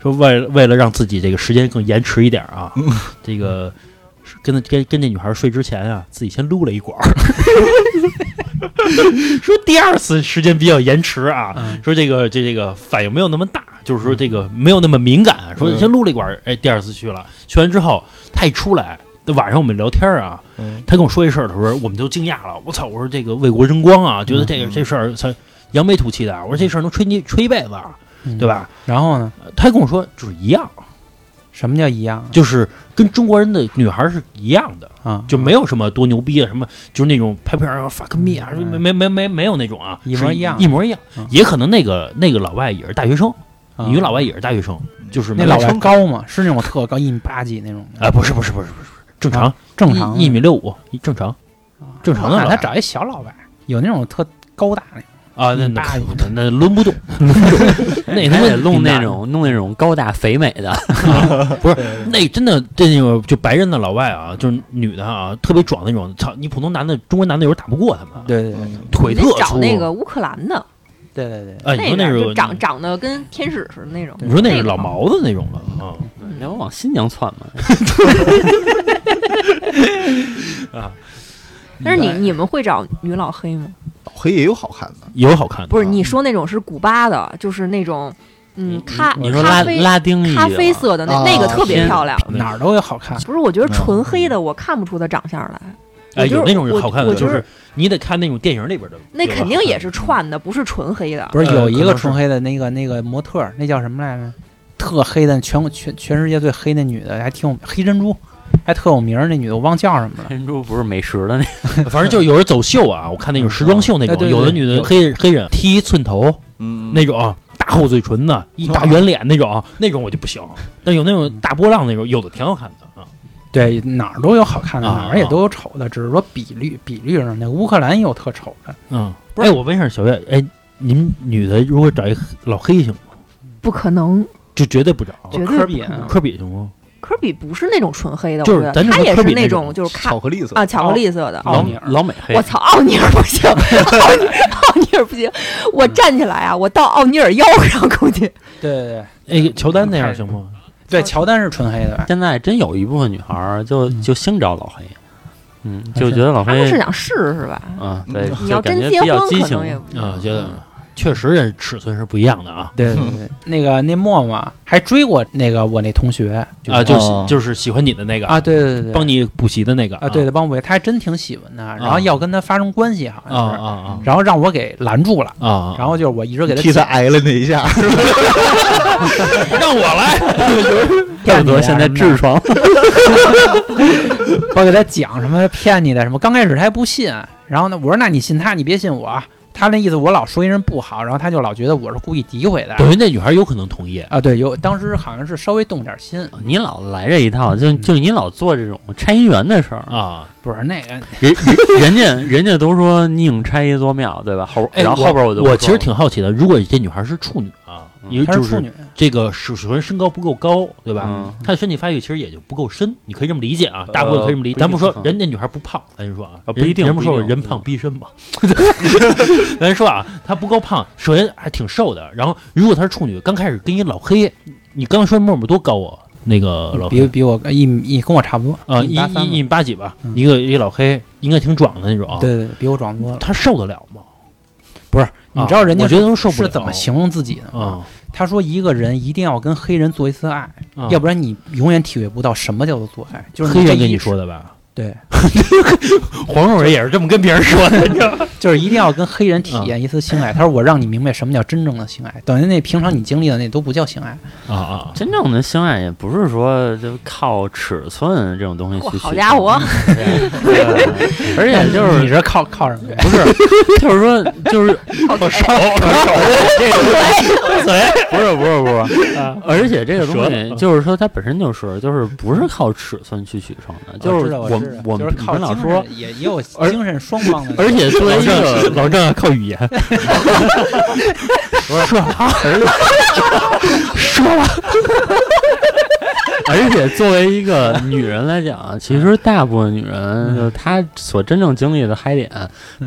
Speaker 2: 说为为了让自己这个时间更延迟一点啊，
Speaker 3: 嗯
Speaker 2: 这个是跟那跟跟那女孩睡之前啊，自己先撸了一管 儿。说第二次时间比较延迟啊，
Speaker 6: 嗯
Speaker 2: 说这个这这个反应没有那么大，就是说这个没有那么敏感。说
Speaker 3: 嗯
Speaker 2: 先撸了一管儿，哎，第二次去了，去完之后他一出来，晚上我们聊天儿啊，
Speaker 3: 嗯
Speaker 2: 他跟我说一事儿，他说我们都惊讶了，我操！我说这个为国争光啊，觉得这个
Speaker 3: 嗯
Speaker 2: 这事儿才扬眉吐气的啊，我说这事儿能吹牛吹一辈子啊，对？
Speaker 6: 嗯
Speaker 2: 吧？
Speaker 6: 然后呢？
Speaker 2: 他跟我说就是一样，
Speaker 6: 什么叫一样啊
Speaker 2: 就是跟中国人的女孩儿是一样的，
Speaker 6: 啊？
Speaker 2: 就没有什么多牛逼啊，什么就是那种拍片儿啊 fuck me 啊，
Speaker 6: 嗯
Speaker 2: 没没没没没有那种啊，
Speaker 6: 一模一样
Speaker 2: 是一模一样
Speaker 6: 嗯，
Speaker 2: 也可能那个那个老外也是大学生，
Speaker 6: 啊
Speaker 2: 女老外也是大学生，
Speaker 3: 嗯
Speaker 2: 就是
Speaker 6: 那
Speaker 2: 没
Speaker 6: 老
Speaker 2: 有
Speaker 6: 外
Speaker 2: 称
Speaker 6: 高吗？是那种特高一米八几那种的
Speaker 2: 啊，不是不是不是不是正常
Speaker 6: 啊正常
Speaker 2: 一一米六五正常啊正常的
Speaker 6: 那
Speaker 2: 老
Speaker 6: 他
Speaker 2: 外
Speaker 6: 找一小老外，有那种特高大那种。
Speaker 2: 啊，那那
Speaker 6: 大一
Speaker 2: 那那轮不动， 那他
Speaker 4: 还
Speaker 2: 妈
Speaker 4: 得弄
Speaker 2: 挺
Speaker 4: 那
Speaker 2: 难
Speaker 4: 种弄那种高大肥美的，
Speaker 2: 不是，那真的这那种就白人的老外啊，就是女的啊，特别壮那种。操，你普通男的，中国男的有时候打不过他们，
Speaker 6: 对对
Speaker 3: 嗯
Speaker 2: 腿
Speaker 5: 你
Speaker 2: 特
Speaker 5: 得找
Speaker 2: 粗。
Speaker 5: 那个乌克兰的，
Speaker 6: 对对对
Speaker 2: 哎，你说
Speaker 5: 边
Speaker 2: 是
Speaker 5: 就长长得跟天使似的那种。
Speaker 2: 你说那是
Speaker 5: 个
Speaker 2: 老
Speaker 5: 好
Speaker 2: 毛子那种了啊
Speaker 4: 那不往新疆窜吗？
Speaker 5: 但是你你们会找女老黑吗？
Speaker 3: 老黑也有好看的，
Speaker 2: 有好看的啊。
Speaker 5: 不是，你说那种是古巴的，就是那种嗯，咖
Speaker 4: 你说拉
Speaker 5: 咖啡
Speaker 4: 拉丁裔
Speaker 5: 咖
Speaker 4: 的
Speaker 5: 啡色的那
Speaker 3: 啊
Speaker 5: 那个特别
Speaker 4: 偏
Speaker 5: 漂亮。
Speaker 6: 哪儿都有好看。
Speaker 5: 不是，我觉得纯黑的我看不出她长相来。
Speaker 2: 哎，
Speaker 5: 我就
Speaker 2: 有那种
Speaker 5: 我
Speaker 2: 人好看的，
Speaker 5: 我
Speaker 2: 就
Speaker 5: 就是
Speaker 2: 你得看那种电影里边的，
Speaker 5: 那
Speaker 2: 有的嗯
Speaker 5: 肯定
Speaker 2: 好看
Speaker 5: 也是串的，不是纯黑的。
Speaker 6: 不是
Speaker 2: 呃
Speaker 6: 有一
Speaker 2: 可
Speaker 6: 个
Speaker 2: 能是
Speaker 6: 纯黑的那个那个模特儿，那叫什么来着？特黑的，全全全世界最黑那女的，还挺有黑珍珠，还特有名儿。那女的我忘叫什么了。
Speaker 4: 珍珠不是美食的那个，
Speaker 2: 反正就有人走秀啊，我看那种时装秀那
Speaker 6: 哎
Speaker 2: 种，
Speaker 6: 对对
Speaker 2: 有的
Speaker 6: 对
Speaker 2: 女的
Speaker 6: 有
Speaker 2: 黑黑人剃一寸头
Speaker 3: 嗯
Speaker 2: 那种，大厚嘴唇的，一大圆脸那种，啊那种我就不行。但有那种大波浪那种，有的挺好看的啊。
Speaker 6: 对，哪儿都有好看的，
Speaker 2: 啊
Speaker 6: 哪儿也都有丑的，只是说比率比率上，那个乌克兰也有特丑的。
Speaker 2: 嗯，哎，我问一下小月，哎，你们女的如果找一老黑行吗？
Speaker 5: 不可能，
Speaker 2: 就绝对不找。
Speaker 5: 绝对
Speaker 6: 科
Speaker 5: 不
Speaker 6: 比
Speaker 5: 可
Speaker 6: 啊
Speaker 5: 能。
Speaker 2: 科比行吗？
Speaker 5: 科比不是那种纯黑的，我
Speaker 2: 就是
Speaker 5: 觉得
Speaker 2: 咱就
Speaker 5: 他
Speaker 2: 说
Speaker 5: 也
Speaker 2: 科
Speaker 5: 是
Speaker 2: 比那
Speaker 5: 那
Speaker 2: 种哦
Speaker 5: 种就是咖
Speaker 3: 巧克力色
Speaker 5: 啊巧克力色的。
Speaker 6: 奥
Speaker 4: 老
Speaker 6: 尼尔
Speaker 4: 老美黑
Speaker 5: 我，操，奥尼尔不 行，奥尼尔奥尼尔不行，我站起来啊，我到奥尼尔腰上估计。
Speaker 6: 对对对，
Speaker 2: 哎，乔丹那样行吗？
Speaker 6: 对，乔丹是纯黑的吧？
Speaker 4: 现在真有一部分女孩儿就就兴找老黑，嗯，就
Speaker 6: 还是
Speaker 4: 觉得老
Speaker 5: 他们
Speaker 4: 黑
Speaker 5: 是想试是吧？
Speaker 4: 啊，
Speaker 2: 嗯
Speaker 4: 对，
Speaker 5: 你
Speaker 4: 就
Speaker 5: 要
Speaker 4: 感
Speaker 5: 真
Speaker 4: 觉
Speaker 5: 结
Speaker 4: 比较
Speaker 5: 婚
Speaker 4: 激
Speaker 5: 可
Speaker 4: 情
Speaker 5: 能，也不
Speaker 2: 啊，觉得确实这尺寸是不一样的啊。
Speaker 6: 对 对对，那个那沫沫还追过那个我那同学
Speaker 2: 啊，
Speaker 6: 是
Speaker 2: 就
Speaker 3: 哦
Speaker 2: 是就是喜欢你的那个
Speaker 6: 啊，对对对，
Speaker 2: 帮你补习的那个
Speaker 6: 啊，对对，帮我，他还真挺喜欢的，然后要跟他发生关系，好
Speaker 2: 啊
Speaker 6: 像是，
Speaker 2: 啊
Speaker 6: 然后让我给拦住了，
Speaker 2: 啊啊，
Speaker 6: 嗯然后就是我一直给他
Speaker 3: 替他挨了那一下，
Speaker 2: 让我来，
Speaker 4: 怪
Speaker 6: 骗
Speaker 4: 不
Speaker 6: 你啊
Speaker 4: 得现在
Speaker 6: 什么
Speaker 4: 痔疮，
Speaker 6: 的，我给他讲什么骗你的什么，刚开始他还不信，然后呢，我说那你信他，你别信我，他那意思我老说一人不好，然后他就老觉得我是故意诋毁的。
Speaker 2: 等于那女孩有可能同意。
Speaker 6: 啊，对，有当时好像是稍微动点心，
Speaker 2: 嗯
Speaker 4: 你老来这一套，就就你老做这种拆姻缘的事儿，
Speaker 2: 啊，
Speaker 6: 不是那个，
Speaker 4: 人人人家人家都说宁拆一座庙，对吧？后
Speaker 2: 哎
Speaker 4: 然后后边我就不
Speaker 2: 我其
Speaker 4: 说
Speaker 2: 实
Speaker 4: 了
Speaker 2: 挺好奇的，如果这女孩是处女啊，
Speaker 4: 嗯
Speaker 2: 因为
Speaker 6: 她
Speaker 2: 就是
Speaker 6: 处女，
Speaker 2: 这个首首先身高不够高，对吧？
Speaker 4: 嗯
Speaker 2: 她的身体发育其实也就不够深，你可以这么理解啊，大部分可以这么理解。
Speaker 4: 呃
Speaker 2: 咱不说
Speaker 4: 不一定
Speaker 2: 人家女孩不胖，咱就说啊，
Speaker 4: 啊不一定
Speaker 2: 人不说
Speaker 4: 不一定嗯
Speaker 2: 人胖逼身嘛， 咱说啊，她不够胖，首先还挺瘦的。然后如果她是处女，刚开始跟一老黑，你刚刚说沫沫多高啊？那个老
Speaker 6: 比
Speaker 2: 黑
Speaker 6: 比我一米一跟我差不多
Speaker 2: 啊，
Speaker 6: 一
Speaker 2: 一
Speaker 6: 米八三
Speaker 2: 一一米
Speaker 6: 嘛
Speaker 2: 八几吧，
Speaker 6: 嗯
Speaker 2: 一个一老黑，应该挺壮的那种。，啊
Speaker 6: 对对对，比我壮多了。
Speaker 2: 她受得了吗？
Speaker 6: 你知道人
Speaker 2: 啊
Speaker 6: 家
Speaker 2: 我觉得都受不
Speaker 6: 是
Speaker 2: 了
Speaker 6: 怎么形容自己的吗？
Speaker 2: 啊？
Speaker 6: 他说一个人一定要跟黑人做一次爱，
Speaker 2: 啊
Speaker 6: 要不然你永远体会不到什么叫做做爱。就是
Speaker 2: 黑
Speaker 6: 这
Speaker 2: 人
Speaker 6: 一
Speaker 2: 跟你
Speaker 6: 时
Speaker 2: 说，的吧？
Speaker 6: 对，
Speaker 2: 黄种人也是这么跟别人说的，你知道吗？
Speaker 6: 就是一定要跟黑人体
Speaker 4: 嗯
Speaker 6: 验一次性爱。他说我让你明白什么叫真正的性爱，等于那平常你经历的那都不叫性爱。
Speaker 2: 啊啊！
Speaker 4: 真正的性爱也不是说就靠尺寸这种东西
Speaker 5: 哇
Speaker 4: 去取
Speaker 5: 好家伙，
Speaker 4: 胜， 对而且就
Speaker 6: 你
Speaker 4: 是
Speaker 6: 这靠靠什么呀？
Speaker 4: 不是，就是说就是哎
Speaker 2: 我手 这个嘴，
Speaker 4: 不是不是不是，啊而且这个东
Speaker 2: 折
Speaker 4: 西
Speaker 2: 了
Speaker 4: 就是说它本身就是就是不是靠尺寸去取胜的，就
Speaker 6: 我知
Speaker 4: 是
Speaker 6: 道
Speaker 4: 我
Speaker 6: 我
Speaker 4: 们
Speaker 6: 知道
Speaker 4: 我
Speaker 6: 就
Speaker 4: 们
Speaker 6: 是
Speaker 4: 你
Speaker 6: 靠
Speaker 4: 们老
Speaker 6: 精
Speaker 4: 说
Speaker 6: 神，也也有精神双方的，
Speaker 4: 而且作为一个
Speaker 2: 老郑靠语 言，
Speaker 4: 说了，说了。而且作为一个女人来讲，其实大部分女
Speaker 6: 嗯
Speaker 4: 人就她所真正经历的嗨点，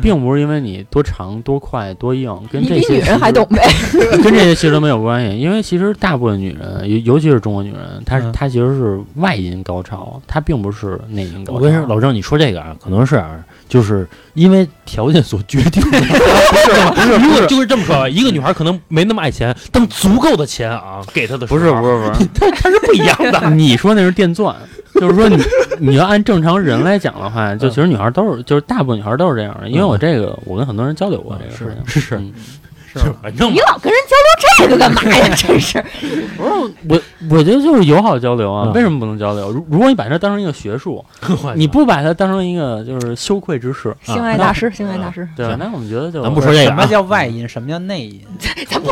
Speaker 4: 并不是因为你多长、多快、多硬，跟
Speaker 5: 你
Speaker 4: 这
Speaker 5: 比
Speaker 4: 些
Speaker 5: 女人还
Speaker 4: 其实
Speaker 5: 懂呗？
Speaker 4: 跟这些其实都没有关系，因为其实大部分女人，尤尤其是中国女人，她、
Speaker 6: 嗯
Speaker 4: 她其实是外阴高潮，她并不是内阴高潮。
Speaker 2: 我跟你说，老郑，你说这个啊，可能是啊，就是因为条件所决定 的。不 是，如果就是这么说吧，一个女孩可能没那么爱钱，但足够的钱啊，给她的时
Speaker 4: 不
Speaker 2: 候
Speaker 4: 是不是不是，
Speaker 2: 她她是不一样的。
Speaker 4: 你说那是电钻， 就 是说你你要按正常人来讲的话，
Speaker 2: 嗯
Speaker 4: 就其实女孩都是，就是大部分女孩都是这样的。因为我这个，我跟很多人交流过这个事情，
Speaker 2: 是是
Speaker 4: 嗯
Speaker 2: 是，反正
Speaker 5: 你老跟人交流这个干嘛呀？真
Speaker 2: 啊
Speaker 5: 是，
Speaker 4: 我我觉得就是友好交流啊
Speaker 2: 嗯，哎
Speaker 4: 为什么不能交流？如如果你把它当成一个学术，你不把它当成一个就是羞愧之事，
Speaker 5: 性爱大师，性爱大师，
Speaker 4: 对吧
Speaker 2: 行？
Speaker 4: 那我们觉得就
Speaker 2: 咱不说这个
Speaker 6: 什么
Speaker 2: 啊，
Speaker 6: 叫外阴，什么叫内阴？
Speaker 2: 咱们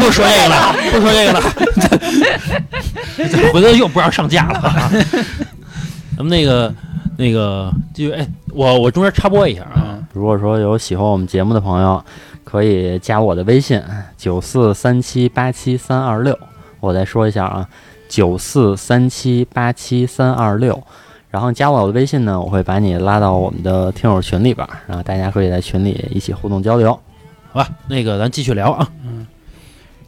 Speaker 2: 不说这个 了，不说这个了， 回头又不让上架了啊。咱们那个那个，就哎，我我中间插播一下啊，
Speaker 6: 嗯，
Speaker 4: 如果说有喜欢我们节目的朋友，可以加我的微信九四三七八七三二六。我再说一下啊，九四三七八七三二六。然后加我的微信呢，我会把你拉到我们的听友群里边儿，然后大家可以在群里一起互动交流。
Speaker 2: 好吧，那个咱继续聊啊。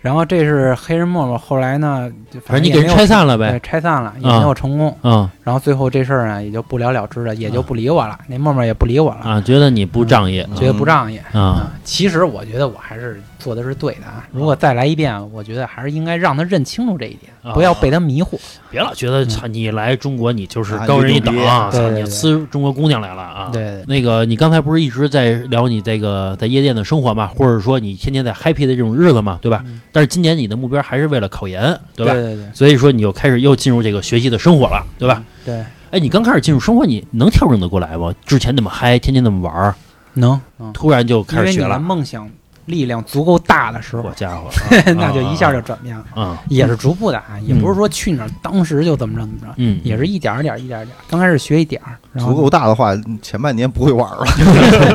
Speaker 6: 然后这是黑人默默，后来呢，就
Speaker 2: 反正你
Speaker 6: 也
Speaker 2: 给人
Speaker 6: 没有
Speaker 2: 拆散了
Speaker 6: 对
Speaker 2: 呗，
Speaker 6: 拆散了，也
Speaker 2: 啊
Speaker 6: 没有成功。
Speaker 2: 嗯
Speaker 6: 然后最后这事儿呢，也就不了了之了，也就
Speaker 4: 嗯
Speaker 6: 不理我了。那默默也不理我了，
Speaker 2: 啊，觉得你不仗义
Speaker 6: 觉得不仗义。
Speaker 2: 啊，
Speaker 6: 其实我觉得我还是做的是对的啊！如果再来一遍，我觉得还是应该让他认清楚这一点，
Speaker 2: 啊
Speaker 6: 不要被他迷惑。
Speaker 2: 别老觉
Speaker 6: 嗯
Speaker 2: 得操你来中国你就是
Speaker 3: 啊
Speaker 2: 高人一
Speaker 3: 你就
Speaker 2: 等
Speaker 3: 牛逼
Speaker 2: 啊，
Speaker 6: 对
Speaker 2: 操
Speaker 6: 对
Speaker 2: 你
Speaker 6: 对
Speaker 2: 呲中国姑娘来了啊。
Speaker 6: 对对对
Speaker 2: 那个你刚才不是一直在聊你这个在夜店的生活嘛，或者说你天天在 happy 的这种日子嘛，对吧？
Speaker 6: 嗯
Speaker 2: 但是今年你的目标还是为了考研，对吧？
Speaker 6: 对对
Speaker 2: 所以说你又开始又进入这个学习的生活了，对吧？
Speaker 6: 对，
Speaker 2: 哎，你刚开始进入生活，你能调整得过来吗？之前那么嗨，天天那么玩儿，
Speaker 6: 能，嗯
Speaker 2: 突然就
Speaker 6: 因
Speaker 2: 开始
Speaker 6: 为你
Speaker 2: 学
Speaker 6: 的
Speaker 2: 了，
Speaker 6: 梦想力量足够大的时候
Speaker 2: 好，家伙，
Speaker 6: 那就一下就转变了，
Speaker 2: 啊，
Speaker 6: 也是逐步的啊，也不是说去哪儿当时就怎么着怎么着，
Speaker 2: 嗯，
Speaker 6: 也是一点儿一点儿一点儿一点儿，刚开始学一点儿，然后
Speaker 3: 足够大的话，前半年不会玩了。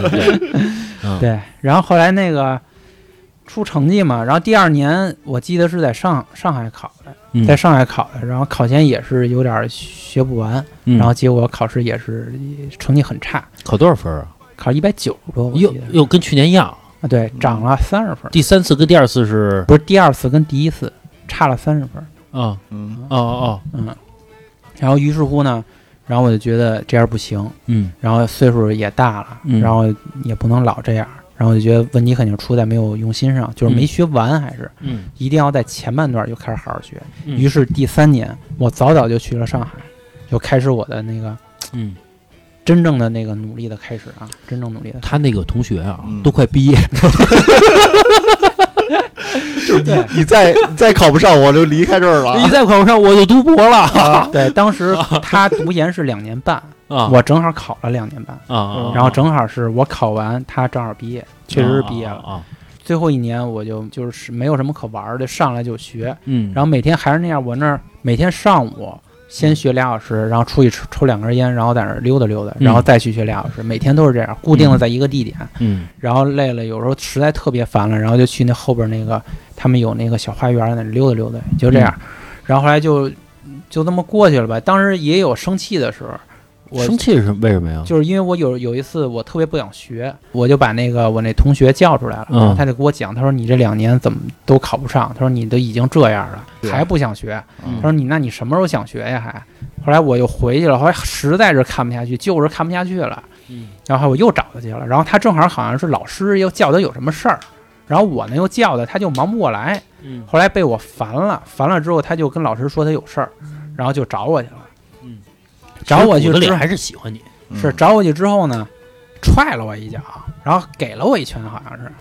Speaker 2: 嗯
Speaker 6: 对，然后后来那个出成绩嘛，然后第二年我记得是在上上海考的，
Speaker 2: 嗯
Speaker 6: 在上海考的，然后考前也是有点儿学不完，
Speaker 2: 嗯
Speaker 6: 然后结果考试也是成绩很差，
Speaker 2: 考多少分啊？
Speaker 6: 考一百九十多，我记
Speaker 2: 又
Speaker 6: 得
Speaker 2: 又跟去年一样，
Speaker 6: 啊对，涨了三十分，
Speaker 2: 嗯第三次跟第二次是
Speaker 6: 不是第二次跟第一次差了三十分，
Speaker 2: 啊
Speaker 3: 嗯，
Speaker 2: 哦哦，
Speaker 6: 嗯，然后于是乎呢，然后我就觉得这样不行，
Speaker 2: 嗯
Speaker 6: 然后岁数也大了，
Speaker 2: 嗯
Speaker 6: 然后也不能老这样，然后我就觉得问题肯定出在没有用心上，就是没
Speaker 2: 嗯
Speaker 6: 学完，还是
Speaker 2: 嗯
Speaker 6: 一定要在前半段就开始好好学。
Speaker 2: 嗯
Speaker 6: 于是第三年，我早早就去了上海，就开始我的那个
Speaker 2: 嗯，
Speaker 6: 真正的那个努力的开始啊，真正努力的开
Speaker 2: 他那个同学啊
Speaker 3: 嗯，
Speaker 2: 都快毕业，
Speaker 3: 就是
Speaker 6: 嗯
Speaker 3: 你你再再考不上，我就离开这儿了。啊
Speaker 2: 啊一再考不上我就读博了
Speaker 6: 始。对，当时他读研是两年半，
Speaker 2: 啊，
Speaker 6: 我正好考了两年半，
Speaker 2: 啊啊，
Speaker 6: 然后正好是我考完，他正好毕业，确实是毕业了。
Speaker 2: 啊，
Speaker 6: 最后一年我就就是没有什么可玩儿的，上来就学，
Speaker 2: 嗯，
Speaker 6: 然后每天还是那样，我那儿每天上午先学俩小时，然后出去抽抽两根烟，然后在那儿溜达溜达，
Speaker 2: 嗯
Speaker 6: 然后再去学俩小时，每天都是这样，固定的在一个地点。
Speaker 2: 嗯
Speaker 6: 然后累了，有时候实在特别烦了，然后就去那后边那个他们有那个小花园儿那里溜达溜达，就这样。
Speaker 2: 嗯
Speaker 6: 然后后来就就这么过去了吧。当时也有生气的时候，我
Speaker 2: 生气是什么为什么呀？
Speaker 6: 就是因为我有有一次我特别不想学，我就把那个我那同学叫出来了，
Speaker 2: 嗯
Speaker 6: 然后他就给我讲，他说你这两年怎么都考不上，他说你都已经这样了
Speaker 3: 对
Speaker 6: 还不想学，
Speaker 3: 嗯
Speaker 6: 他说你那你什么时候想学呀还？后来我又回去了，后来实在是看不下去，就是看不下去了，
Speaker 2: 嗯
Speaker 6: 然后我又找他去了，然后他正好好像是老师又叫他有什么事儿，然后我呢又叫他，他就忙不过来，
Speaker 2: 嗯
Speaker 6: 后来被我烦了，烦了之后他就跟老师说他有事儿，然后就找我去了，
Speaker 2: 嗯，
Speaker 6: 找我去
Speaker 2: 骨子里
Speaker 6: 之后
Speaker 2: 还嗯是喜欢你，
Speaker 3: 嗯
Speaker 6: 是找我去之后呢，踹了我一脚，然后给了我一拳，好像是。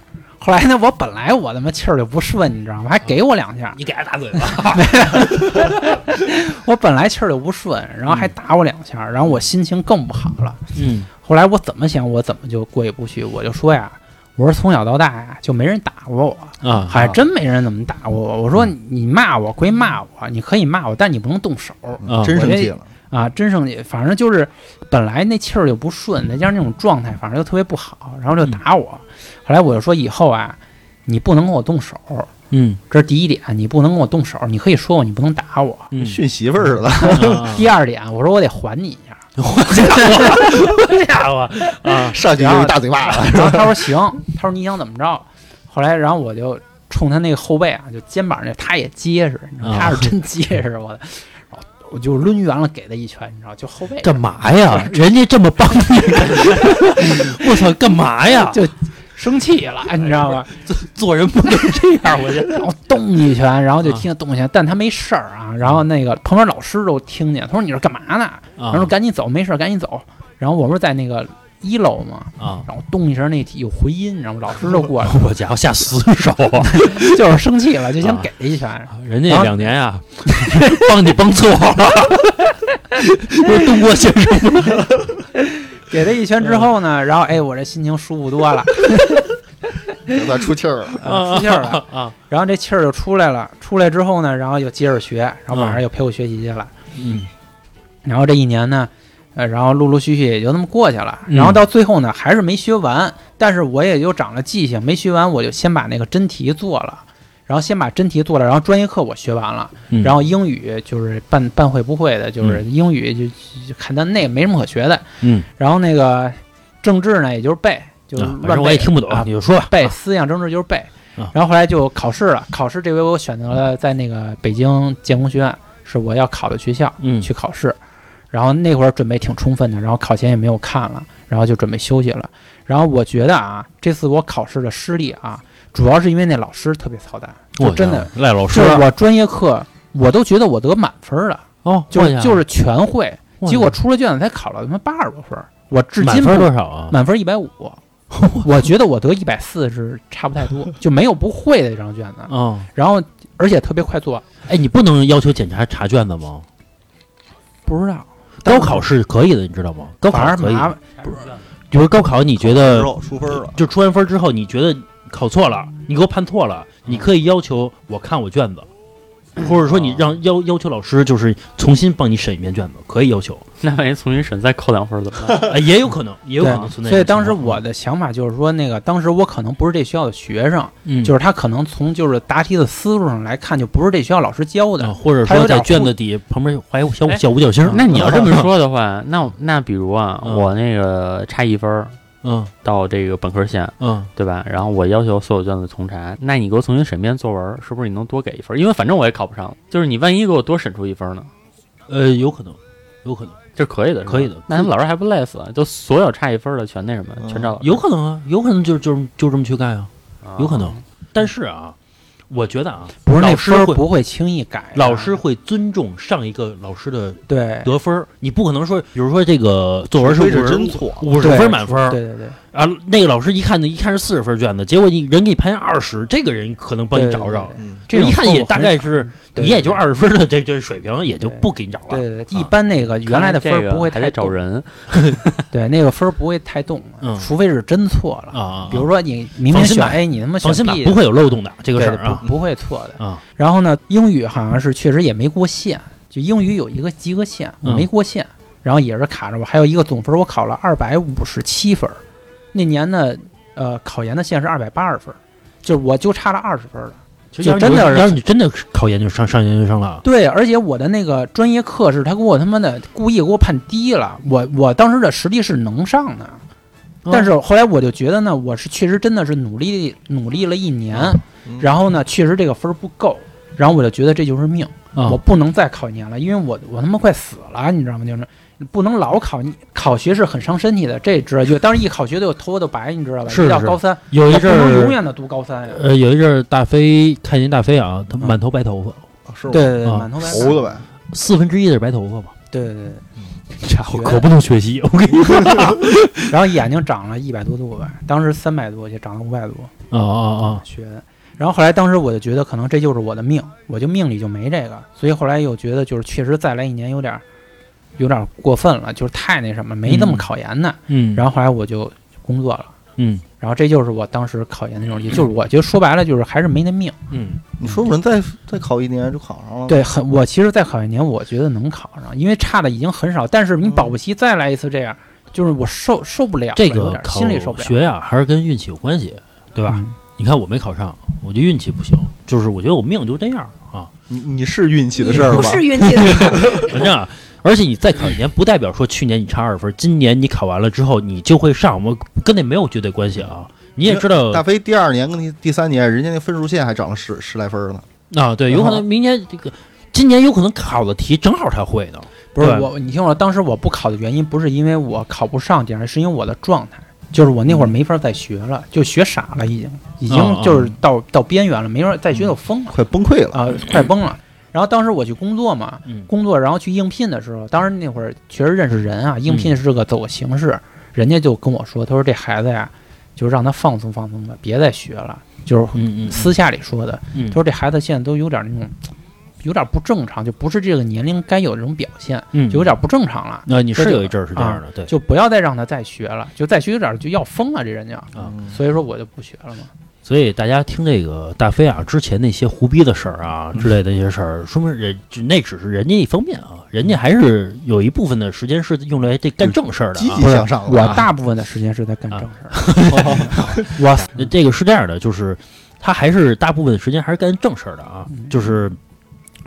Speaker 6: 后来呢，我本来我他妈气儿就不顺，你知道吗？还给我两下，
Speaker 2: 你给他打嘴巴，
Speaker 6: 我本来气儿就不顺，然后还打我两下，然后我心情更不好了。
Speaker 2: 嗯
Speaker 6: 后来我怎么想，我怎么就过意不去，我就说呀，我说从小到大呀就没人打过我，
Speaker 2: 啊，
Speaker 6: 还真没人怎么打过我。我说你骂我归骂我，你可以骂我，但你不能动手
Speaker 2: 啊
Speaker 3: 嗯真
Speaker 6: 我
Speaker 3: 生
Speaker 6: 这
Speaker 3: 气了。
Speaker 6: 啊！真生气，反正就是本来那气儿就不顺，再加上那种状态，反正就特别不好，然后就打我。后来我就说以后啊，你不能跟我动手，
Speaker 2: 嗯
Speaker 6: 这是第一点，你不能跟我动手，你可以说我，你不能打我。
Speaker 2: 嗯，啊
Speaker 3: 训媳妇儿似的，
Speaker 6: 第二点，我说我得还你一下。
Speaker 2: 这家伙啊，
Speaker 3: 上去就是一大嘴巴子。
Speaker 6: 啊然后他说行，他说你想怎么着？后来然后我就冲他那个后背啊，就肩膀那他也结实，你知道
Speaker 2: 啊
Speaker 6: 他是真结实，我的，然后我就抡圆了给他一拳，你知道，就后背
Speaker 2: 干嘛呀？人家这么帮你， 我操，干嘛呀？
Speaker 6: 就生气了，你知道吗？啊
Speaker 2: 做人不能这样，我觉得
Speaker 6: 然后动一拳，然后
Speaker 2: 啊
Speaker 6: 就听见动一拳，但他没事儿啊。然后那个旁边老师都听见，他说你这干嘛呢？然
Speaker 2: 啊
Speaker 6: 后说赶紧走，没事儿，赶紧走。然后我不是在那个一楼嘛，
Speaker 2: 啊，
Speaker 6: 然后动一声那有回音，你知道吗？老师就过来了，
Speaker 2: 我家伙下死手啊！
Speaker 6: 就是生气了，就想给他一拳。
Speaker 2: 人家两年啊，帮你帮错 了，不是东郭先生
Speaker 6: 给他一拳之后
Speaker 2: 嗯
Speaker 6: 呢，然后哎，我这心情舒 服多了，
Speaker 3: 有点出气儿了。
Speaker 6: 呃出气儿 了。
Speaker 2: 啊，
Speaker 6: 然后这气儿就出来了，出来之后呢，然后又接着学，然后晚上又陪我学习去了。
Speaker 2: 嗯
Speaker 6: 然后这一年呢，呃，然后陆陆续续也就那么过去了。
Speaker 2: 嗯
Speaker 6: 然后到最后呢，还是没学完，但是我也就长了记性，没学完我就先把那个真题做了，然后先把真题做了，然后专业课我学完了，
Speaker 2: 嗯
Speaker 6: 然后英语就是半半会不会的，就是英语就就看但那也没什么可学的。
Speaker 2: 嗯，
Speaker 6: 然后那个政治呢，也就是背，就是
Speaker 2: 啊反
Speaker 6: 乱
Speaker 2: 正我也
Speaker 6: 背。
Speaker 2: 听不懂，
Speaker 6: 啊
Speaker 2: 你就说吧，
Speaker 6: 背思想政治就是背，
Speaker 2: 啊
Speaker 6: 然后后来就考试了，考试这回我选择了在那个北京建工学院，是我要考的学校
Speaker 2: 嗯
Speaker 6: 去考试。然后那会儿准备挺充分的，然后考前也没有看了，然后就准备休息了。然后我觉得啊，这次我考试的失利啊，主要是因为那老师特别操蛋，就
Speaker 2: 我
Speaker 6: 真的
Speaker 2: 天赖老师
Speaker 6: 就是我专业课我都觉得我得满分了，
Speaker 2: 哦，
Speaker 6: 就是就是全会，
Speaker 2: 我
Speaker 6: 结果出了卷子才考了他妈八十多分儿，我至
Speaker 2: 满
Speaker 6: 今不
Speaker 2: 分多少啊？
Speaker 6: 满分一 百五，我觉得我得一百四是差不太多，就没有不会的这张卷子。
Speaker 2: 哦，
Speaker 6: 然后而且特别快做完，
Speaker 2: 哎，你不能要求检查查卷子吗？
Speaker 6: 不知道
Speaker 2: 高考是可以的，你知道吗？高考
Speaker 6: 反
Speaker 2: 是
Speaker 6: 而
Speaker 2: 可以的，
Speaker 6: 麻烦。
Speaker 2: 比如高考，你觉得
Speaker 3: 之后出分了，
Speaker 2: 就出完分之后，你觉得考错了，你给我判错了，你可以要求我看我 卷子，或者说你让要要求老师就是重新帮你审一遍卷子，可以要 求，
Speaker 4: 那万一重新审再扣两分怎么办？
Speaker 2: 哎，也有可能，也有可能存在这种情况。
Speaker 6: 对，所以当时我的想法就是说，那个当时我可能不是这学校的学生，
Speaker 2: 嗯
Speaker 6: 就是他可能从就是答题的思路上来看，就不是这学校老师教的
Speaker 2: 啊，。或者
Speaker 6: 他有
Speaker 2: 说在
Speaker 6: 点互
Speaker 2: 卷子底旁边画一小
Speaker 4: 哎
Speaker 2: 小五角星儿，
Speaker 4: 那你要这么说的话，那那比如啊，
Speaker 2: 嗯
Speaker 4: 我那个差一分儿
Speaker 2: 嗯
Speaker 4: 到这个本科线，
Speaker 2: 嗯，
Speaker 4: 对吧？然后我要求所有卷子重查，那你给我重新审一遍作文，是不是你能多给一分？因为反正我也考不上了，就是你万一给我多审出一分呢，
Speaker 2: 呃，有可能，有可能，
Speaker 4: 这是可以的，是吧
Speaker 2: 可以的
Speaker 4: 那他们老师还不累死？就所有差一分的全那什么，
Speaker 3: 嗯
Speaker 4: 全照老师
Speaker 2: 有可能啊，有可能就就就这么去干啊，
Speaker 4: 啊
Speaker 2: 有可能。但是啊，我觉得啊，
Speaker 6: 不是那
Speaker 2: 老师
Speaker 6: 分儿
Speaker 2: 会
Speaker 6: 不会轻易改的，啊
Speaker 2: 老师会尊重上一个老师的
Speaker 6: 对
Speaker 2: 得分儿，你不可能说，比如说这个作文是
Speaker 3: 非
Speaker 2: 五
Speaker 3: 是
Speaker 2: 十
Speaker 3: 真错，
Speaker 2: 五十
Speaker 6: 对
Speaker 2: 分满分儿
Speaker 6: 对对对，
Speaker 2: 啊，那个老师一看呢，一看是四十分卷子，结果你人给你判二十，这个人可能帮你
Speaker 6: 对
Speaker 2: 找
Speaker 6: 对
Speaker 2: 找
Speaker 6: 对，
Speaker 3: 嗯，
Speaker 6: 这种
Speaker 2: 一看
Speaker 6: 错误
Speaker 2: 也大
Speaker 6: 很
Speaker 2: 概
Speaker 6: 少
Speaker 2: 是
Speaker 6: 对
Speaker 2: 你也就
Speaker 6: 对
Speaker 2: 二十分的这这水平，也就
Speaker 6: 对
Speaker 2: 不给你找了。啊
Speaker 6: 对对，对一般那个原来的分
Speaker 4: 看来
Speaker 6: 儿不会
Speaker 4: 这个
Speaker 6: 太
Speaker 4: 还得找
Speaker 6: 动，
Speaker 4: 人，
Speaker 6: 对那个分儿不会太动了
Speaker 2: 嗯
Speaker 6: 除非是真错了。
Speaker 2: 啊，
Speaker 6: 比如说你明
Speaker 2: 放
Speaker 6: 明
Speaker 2: 心
Speaker 6: 选
Speaker 2: 吧
Speaker 6: A，你他妈选
Speaker 2: 放心吧，
Speaker 6: B，
Speaker 2: 不会有漏洞的这个
Speaker 6: 对
Speaker 2: 事儿啊
Speaker 6: 不不会错的。
Speaker 2: 啊，
Speaker 6: 然后呢，英语好像是确实也没过线，就英语有一个及格线，我
Speaker 2: 嗯
Speaker 6: 没过线，然后也是卡着我，还有一个总分我考了二百五十七分儿，那年呢，呃，考研的线是二百八十分儿，就是我就差了二十分儿了。
Speaker 2: 就
Speaker 6: 就真的是
Speaker 2: 要是你真的考研究生上研究生了，啊
Speaker 6: 对，而且我的那个专业课是他给我他妈的故意给我判低了，我我当时的实力是能上的，但是后来我就觉得呢，我是确实真的是努力努力了一年，
Speaker 3: 嗯
Speaker 6: 然后呢，确实这个分儿不够，然后我就觉得这就是命，
Speaker 2: 啊
Speaker 6: 我不能再考研了，因为我我他妈快死了，你知道吗？就是不能老考，你考学是很伤身体的，这知道就当时一考学就头发都白，你知道吧？
Speaker 2: 是
Speaker 6: 一到
Speaker 2: 是
Speaker 6: 高三，
Speaker 2: 有一
Speaker 6: 我不啊
Speaker 2: 阵
Speaker 6: 能永
Speaker 2: 儿，
Speaker 6: 远的读高三呀。
Speaker 2: 呃，有一阵儿大飞看见大飞啊，
Speaker 6: 嗯
Speaker 2: 他满头白头发，
Speaker 3: 是
Speaker 6: 对对对，
Speaker 2: 啊
Speaker 6: 满头白发。
Speaker 3: 猴子呗，
Speaker 2: 四分之一的是白头发吧？
Speaker 6: 对对对。
Speaker 2: 家
Speaker 6: 伙
Speaker 2: 啊 可不能学习， 我跟你说。
Speaker 6: 然后眼睛长了一百多度吧，当时三百多就长到五百多
Speaker 2: 啊啊
Speaker 6: 学的。然后后来当时我就觉得可能这就是我的命，我就命里就没这个，所以后来又觉得就是确实再来一年有点儿有点儿过分了，就是太那什么，没那么
Speaker 2: 嗯
Speaker 6: 考研呢。
Speaker 2: 啊！嗯
Speaker 6: 然
Speaker 2: 后
Speaker 6: 后后来我就工作了。
Speaker 2: 嗯
Speaker 6: 然后这就是我当时考研的那种，也就是我觉得说白了就是还是没那命。
Speaker 2: 嗯，
Speaker 3: 你说不准再再考一年就考上了，，
Speaker 6: 对，很我其实再考一年，我觉得能考上，因为差的已经很少。但是你保不齐再来一次这样，就是我受受不了了，
Speaker 2: 这
Speaker 6: 有
Speaker 2: 个
Speaker 6: 点
Speaker 2: 考
Speaker 6: 心里受不了，嗯
Speaker 2: 学呀，还是跟运气有关系，对
Speaker 6: 对
Speaker 2: 吧？？你看我没考上，我这运气不行，就是我觉得我命就这样啊，
Speaker 3: 你你是运气的事儿
Speaker 5: 不
Speaker 3: 吧？
Speaker 5: 是运气的事儿，
Speaker 2: 反正 啊。而且你再考一年，不代表说去年你差二分，今年你考完了之后你就会上，我跟那没有绝对关系啊。你也知道
Speaker 3: 大飞第二年跟第第三年，人家那分数线还涨了十十来分儿呢。
Speaker 2: 啊，对，有可能明年这个，今年有可能考的题正好他会呢。
Speaker 6: 不是
Speaker 2: 对
Speaker 6: 我，你听我，当时我不考的原因不是因为我考不上这样，是因为我的状态，就是我那会儿没法再学了，就学傻了，已经已
Speaker 2: 嗯嗯
Speaker 6: 经就是到到边缘了，没法再学就疯了
Speaker 3: 快崩溃了。
Speaker 6: 啊、 快崩了。然后当时我去工作嘛，
Speaker 2: 嗯
Speaker 6: 工作，然后去应聘的时候，当时那会儿确实认识人啊，
Speaker 2: 嗯
Speaker 6: 应聘是个走个形式，人家就跟我说，他说这孩子呀，就让他放松放松吧，别再学了，就是
Speaker 2: 嗯嗯
Speaker 6: 私下里说的。
Speaker 2: 嗯
Speaker 6: 他说这孩子现在都有点那种，有点不正常，就不是这个年龄该有的这种表现，
Speaker 2: 嗯，
Speaker 6: 就有点不正常了，
Speaker 2: 那你是有一阵儿是这样的，对，
Speaker 6: 就不要再让他再学了，就再学有点就要疯了，这人就。
Speaker 2: 啊
Speaker 3: 嗯
Speaker 6: 所以说我就不学了嘛。
Speaker 2: 所以大家听这个大飞啊，之前那些胡逼的事儿啊
Speaker 3: 嗯
Speaker 2: 之类的一些事儿，说明人就那只是人家一方面啊，人家还是有一部分的时间是用来这干正事儿的
Speaker 3: 积极
Speaker 2: 啊。
Speaker 3: 向上了
Speaker 6: 我
Speaker 3: 啊。
Speaker 6: 大部分的时间是在干正
Speaker 2: 啊
Speaker 6: 事儿， 我嗯
Speaker 2: 那这个是这样的，就是他还是大部分的时间还是干正事儿的啊，
Speaker 3: 嗯
Speaker 2: 就是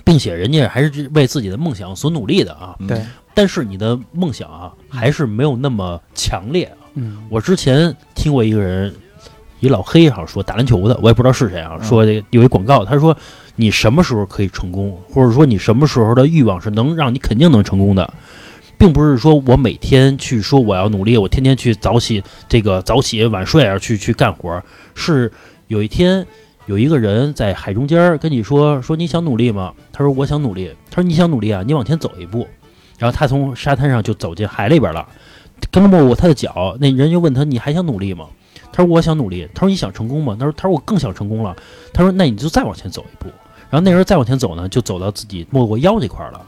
Speaker 2: 并且人家还是为自己的梦想所努力的啊。
Speaker 3: 嗯
Speaker 6: 对，
Speaker 2: 但是你的梦想啊，还是没有那么强烈啊。
Speaker 6: 嗯，
Speaker 2: 我之前听过一个人一老黑好像说打篮球的，我也不知道是谁啊，说这个有一广告，他说你什么时候可以成功，或者说你什么时候的欲望是能让你肯定能成功的，并不是说我每天去说我要努力，我天天去早起这个早起晚睡啊，去去干活儿，是有一天有一个人在海中间儿跟你说说你想努力吗？他说我想努力，他说你想努力啊，你往前走一步，然后他从沙滩上就走进海里边了，刚没过他的脚，那人就问他你还想努力吗？他说我想努力，他说你想成功吗？他说他说我更想成功了，他说那你就再往前走一步，然后那人再往前走呢，就走到自己没过腰这块儿了。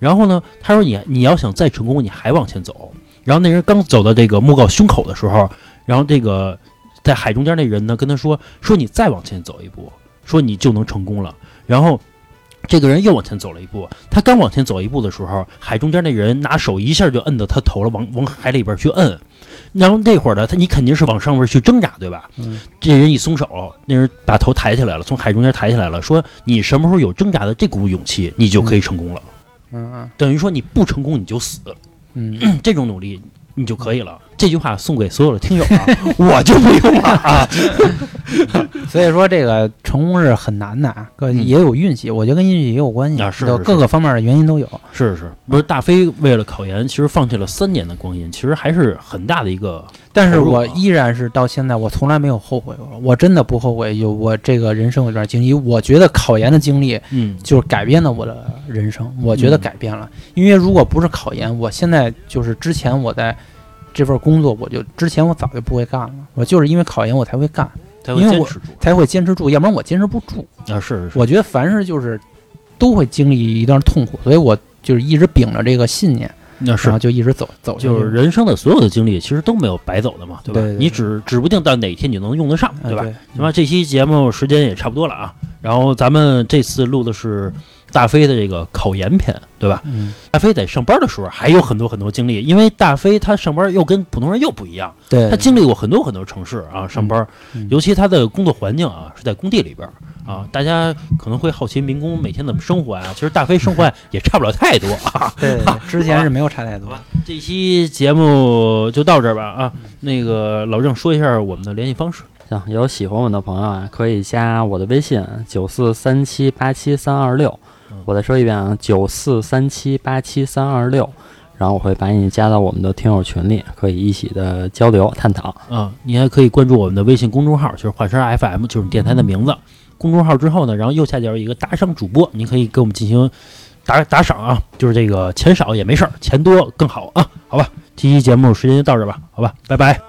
Speaker 2: 然后呢，他说你你要想再成功，你还往前走。然后那人刚走到这个莫告胸口的时候，然后这个在海中间那人呢跟他说说你再往前走一步，说你就能成功了。然后这个人又往前走了一步，他刚往前走一步的时候，海中间那人拿手一下就摁到他头了，往往海里边去摁。然后那会儿呢，他你肯定是往上面去挣扎，对吧？
Speaker 6: 嗯
Speaker 2: 这人一松手，那人把头抬起来了，从海中间抬起来了，说你什么时候有挣扎的这股勇气，你就可以成功了。
Speaker 6: 嗯
Speaker 2: 等于说你不成功你就死，
Speaker 6: 嗯，
Speaker 2: 这种努力你就可以了。这句话送给所有的听友啊， 我就不用了啊。
Speaker 6: 所以说这个成功是很难的啊，各
Speaker 2: 嗯
Speaker 6: 也有运气，我觉得跟运气也有关系，
Speaker 2: 啊是
Speaker 6: 就是各
Speaker 2: 是
Speaker 6: 个方面的原因都有。
Speaker 2: 是是，不是大飞为了考研，其实放弃了三年的光阴，其实还是很大的一个
Speaker 6: 但是
Speaker 2: 投入
Speaker 6: 我
Speaker 2: 啊
Speaker 6: 依然是到现在，我从来没有后悔过，我真的不后悔有我这个人生有段经历。我觉得考研的经历
Speaker 2: 嗯
Speaker 6: 就是改变了我的人生，我觉得
Speaker 2: 嗯
Speaker 6: 改变了，因为如果不是考研，我现在就是之前我在这份工作，我就之前我早就不会干了，我就是因为考研我才会干，
Speaker 2: 才会
Speaker 6: 因为
Speaker 2: 坚
Speaker 6: 我
Speaker 2: 持住
Speaker 6: 才会坚持住，要不然我坚持不住。
Speaker 2: 啊。是是是，
Speaker 6: 我觉得凡事就是都会经历一段痛苦，所以我就是一直秉着这个信念，
Speaker 2: 那
Speaker 6: 然
Speaker 2: 是
Speaker 6: 后就一直走走下去。
Speaker 2: 就是人生的所有的经历，其实都没有白走的嘛，对吧？
Speaker 6: 对对对
Speaker 2: 你指指不定到哪天你能用得上，
Speaker 6: 啊
Speaker 2: 对吧？
Speaker 6: 对
Speaker 2: 行吧，这期节目时间也差不多了啊。然后咱们这次录的是大飞的这个考研篇，对吧？
Speaker 6: 嗯，
Speaker 2: 大飞在上班的时候还有很多很多经历，因为大飞他上班又跟普通人又不一样，
Speaker 6: 对，
Speaker 2: 他经历过很多很多城市啊上班，
Speaker 6: 嗯
Speaker 2: 尤其他的工作环境啊是在工地里边儿啊，大家可能会好奇民工每天怎么生活啊，其实大飞 生活也差不了太多啊。
Speaker 6: 对对对之前是没有差太 多。
Speaker 2: 这期节目就到这儿吧啊，那个老郑说一下我们的联系方式，
Speaker 4: 行，有喜欢我的朋友啊，可以加我的微信九四三七八七三二六
Speaker 2: 嗯。
Speaker 4: 我再说一遍啊，九四三七八七三二六。然后我会把你加到我们的听友群里，可以一起的交流探讨。
Speaker 2: 啊，你还可以关注我们的微信公众号，就是华山 FM，就是电台的名字。公众号之后呢，然后右下角有一个打赏主播，你可以给我们进行打打赏啊，就是这个钱少也没事儿，钱多更好啊，好吧。这期节目时间就到这儿吧，好吧，拜拜。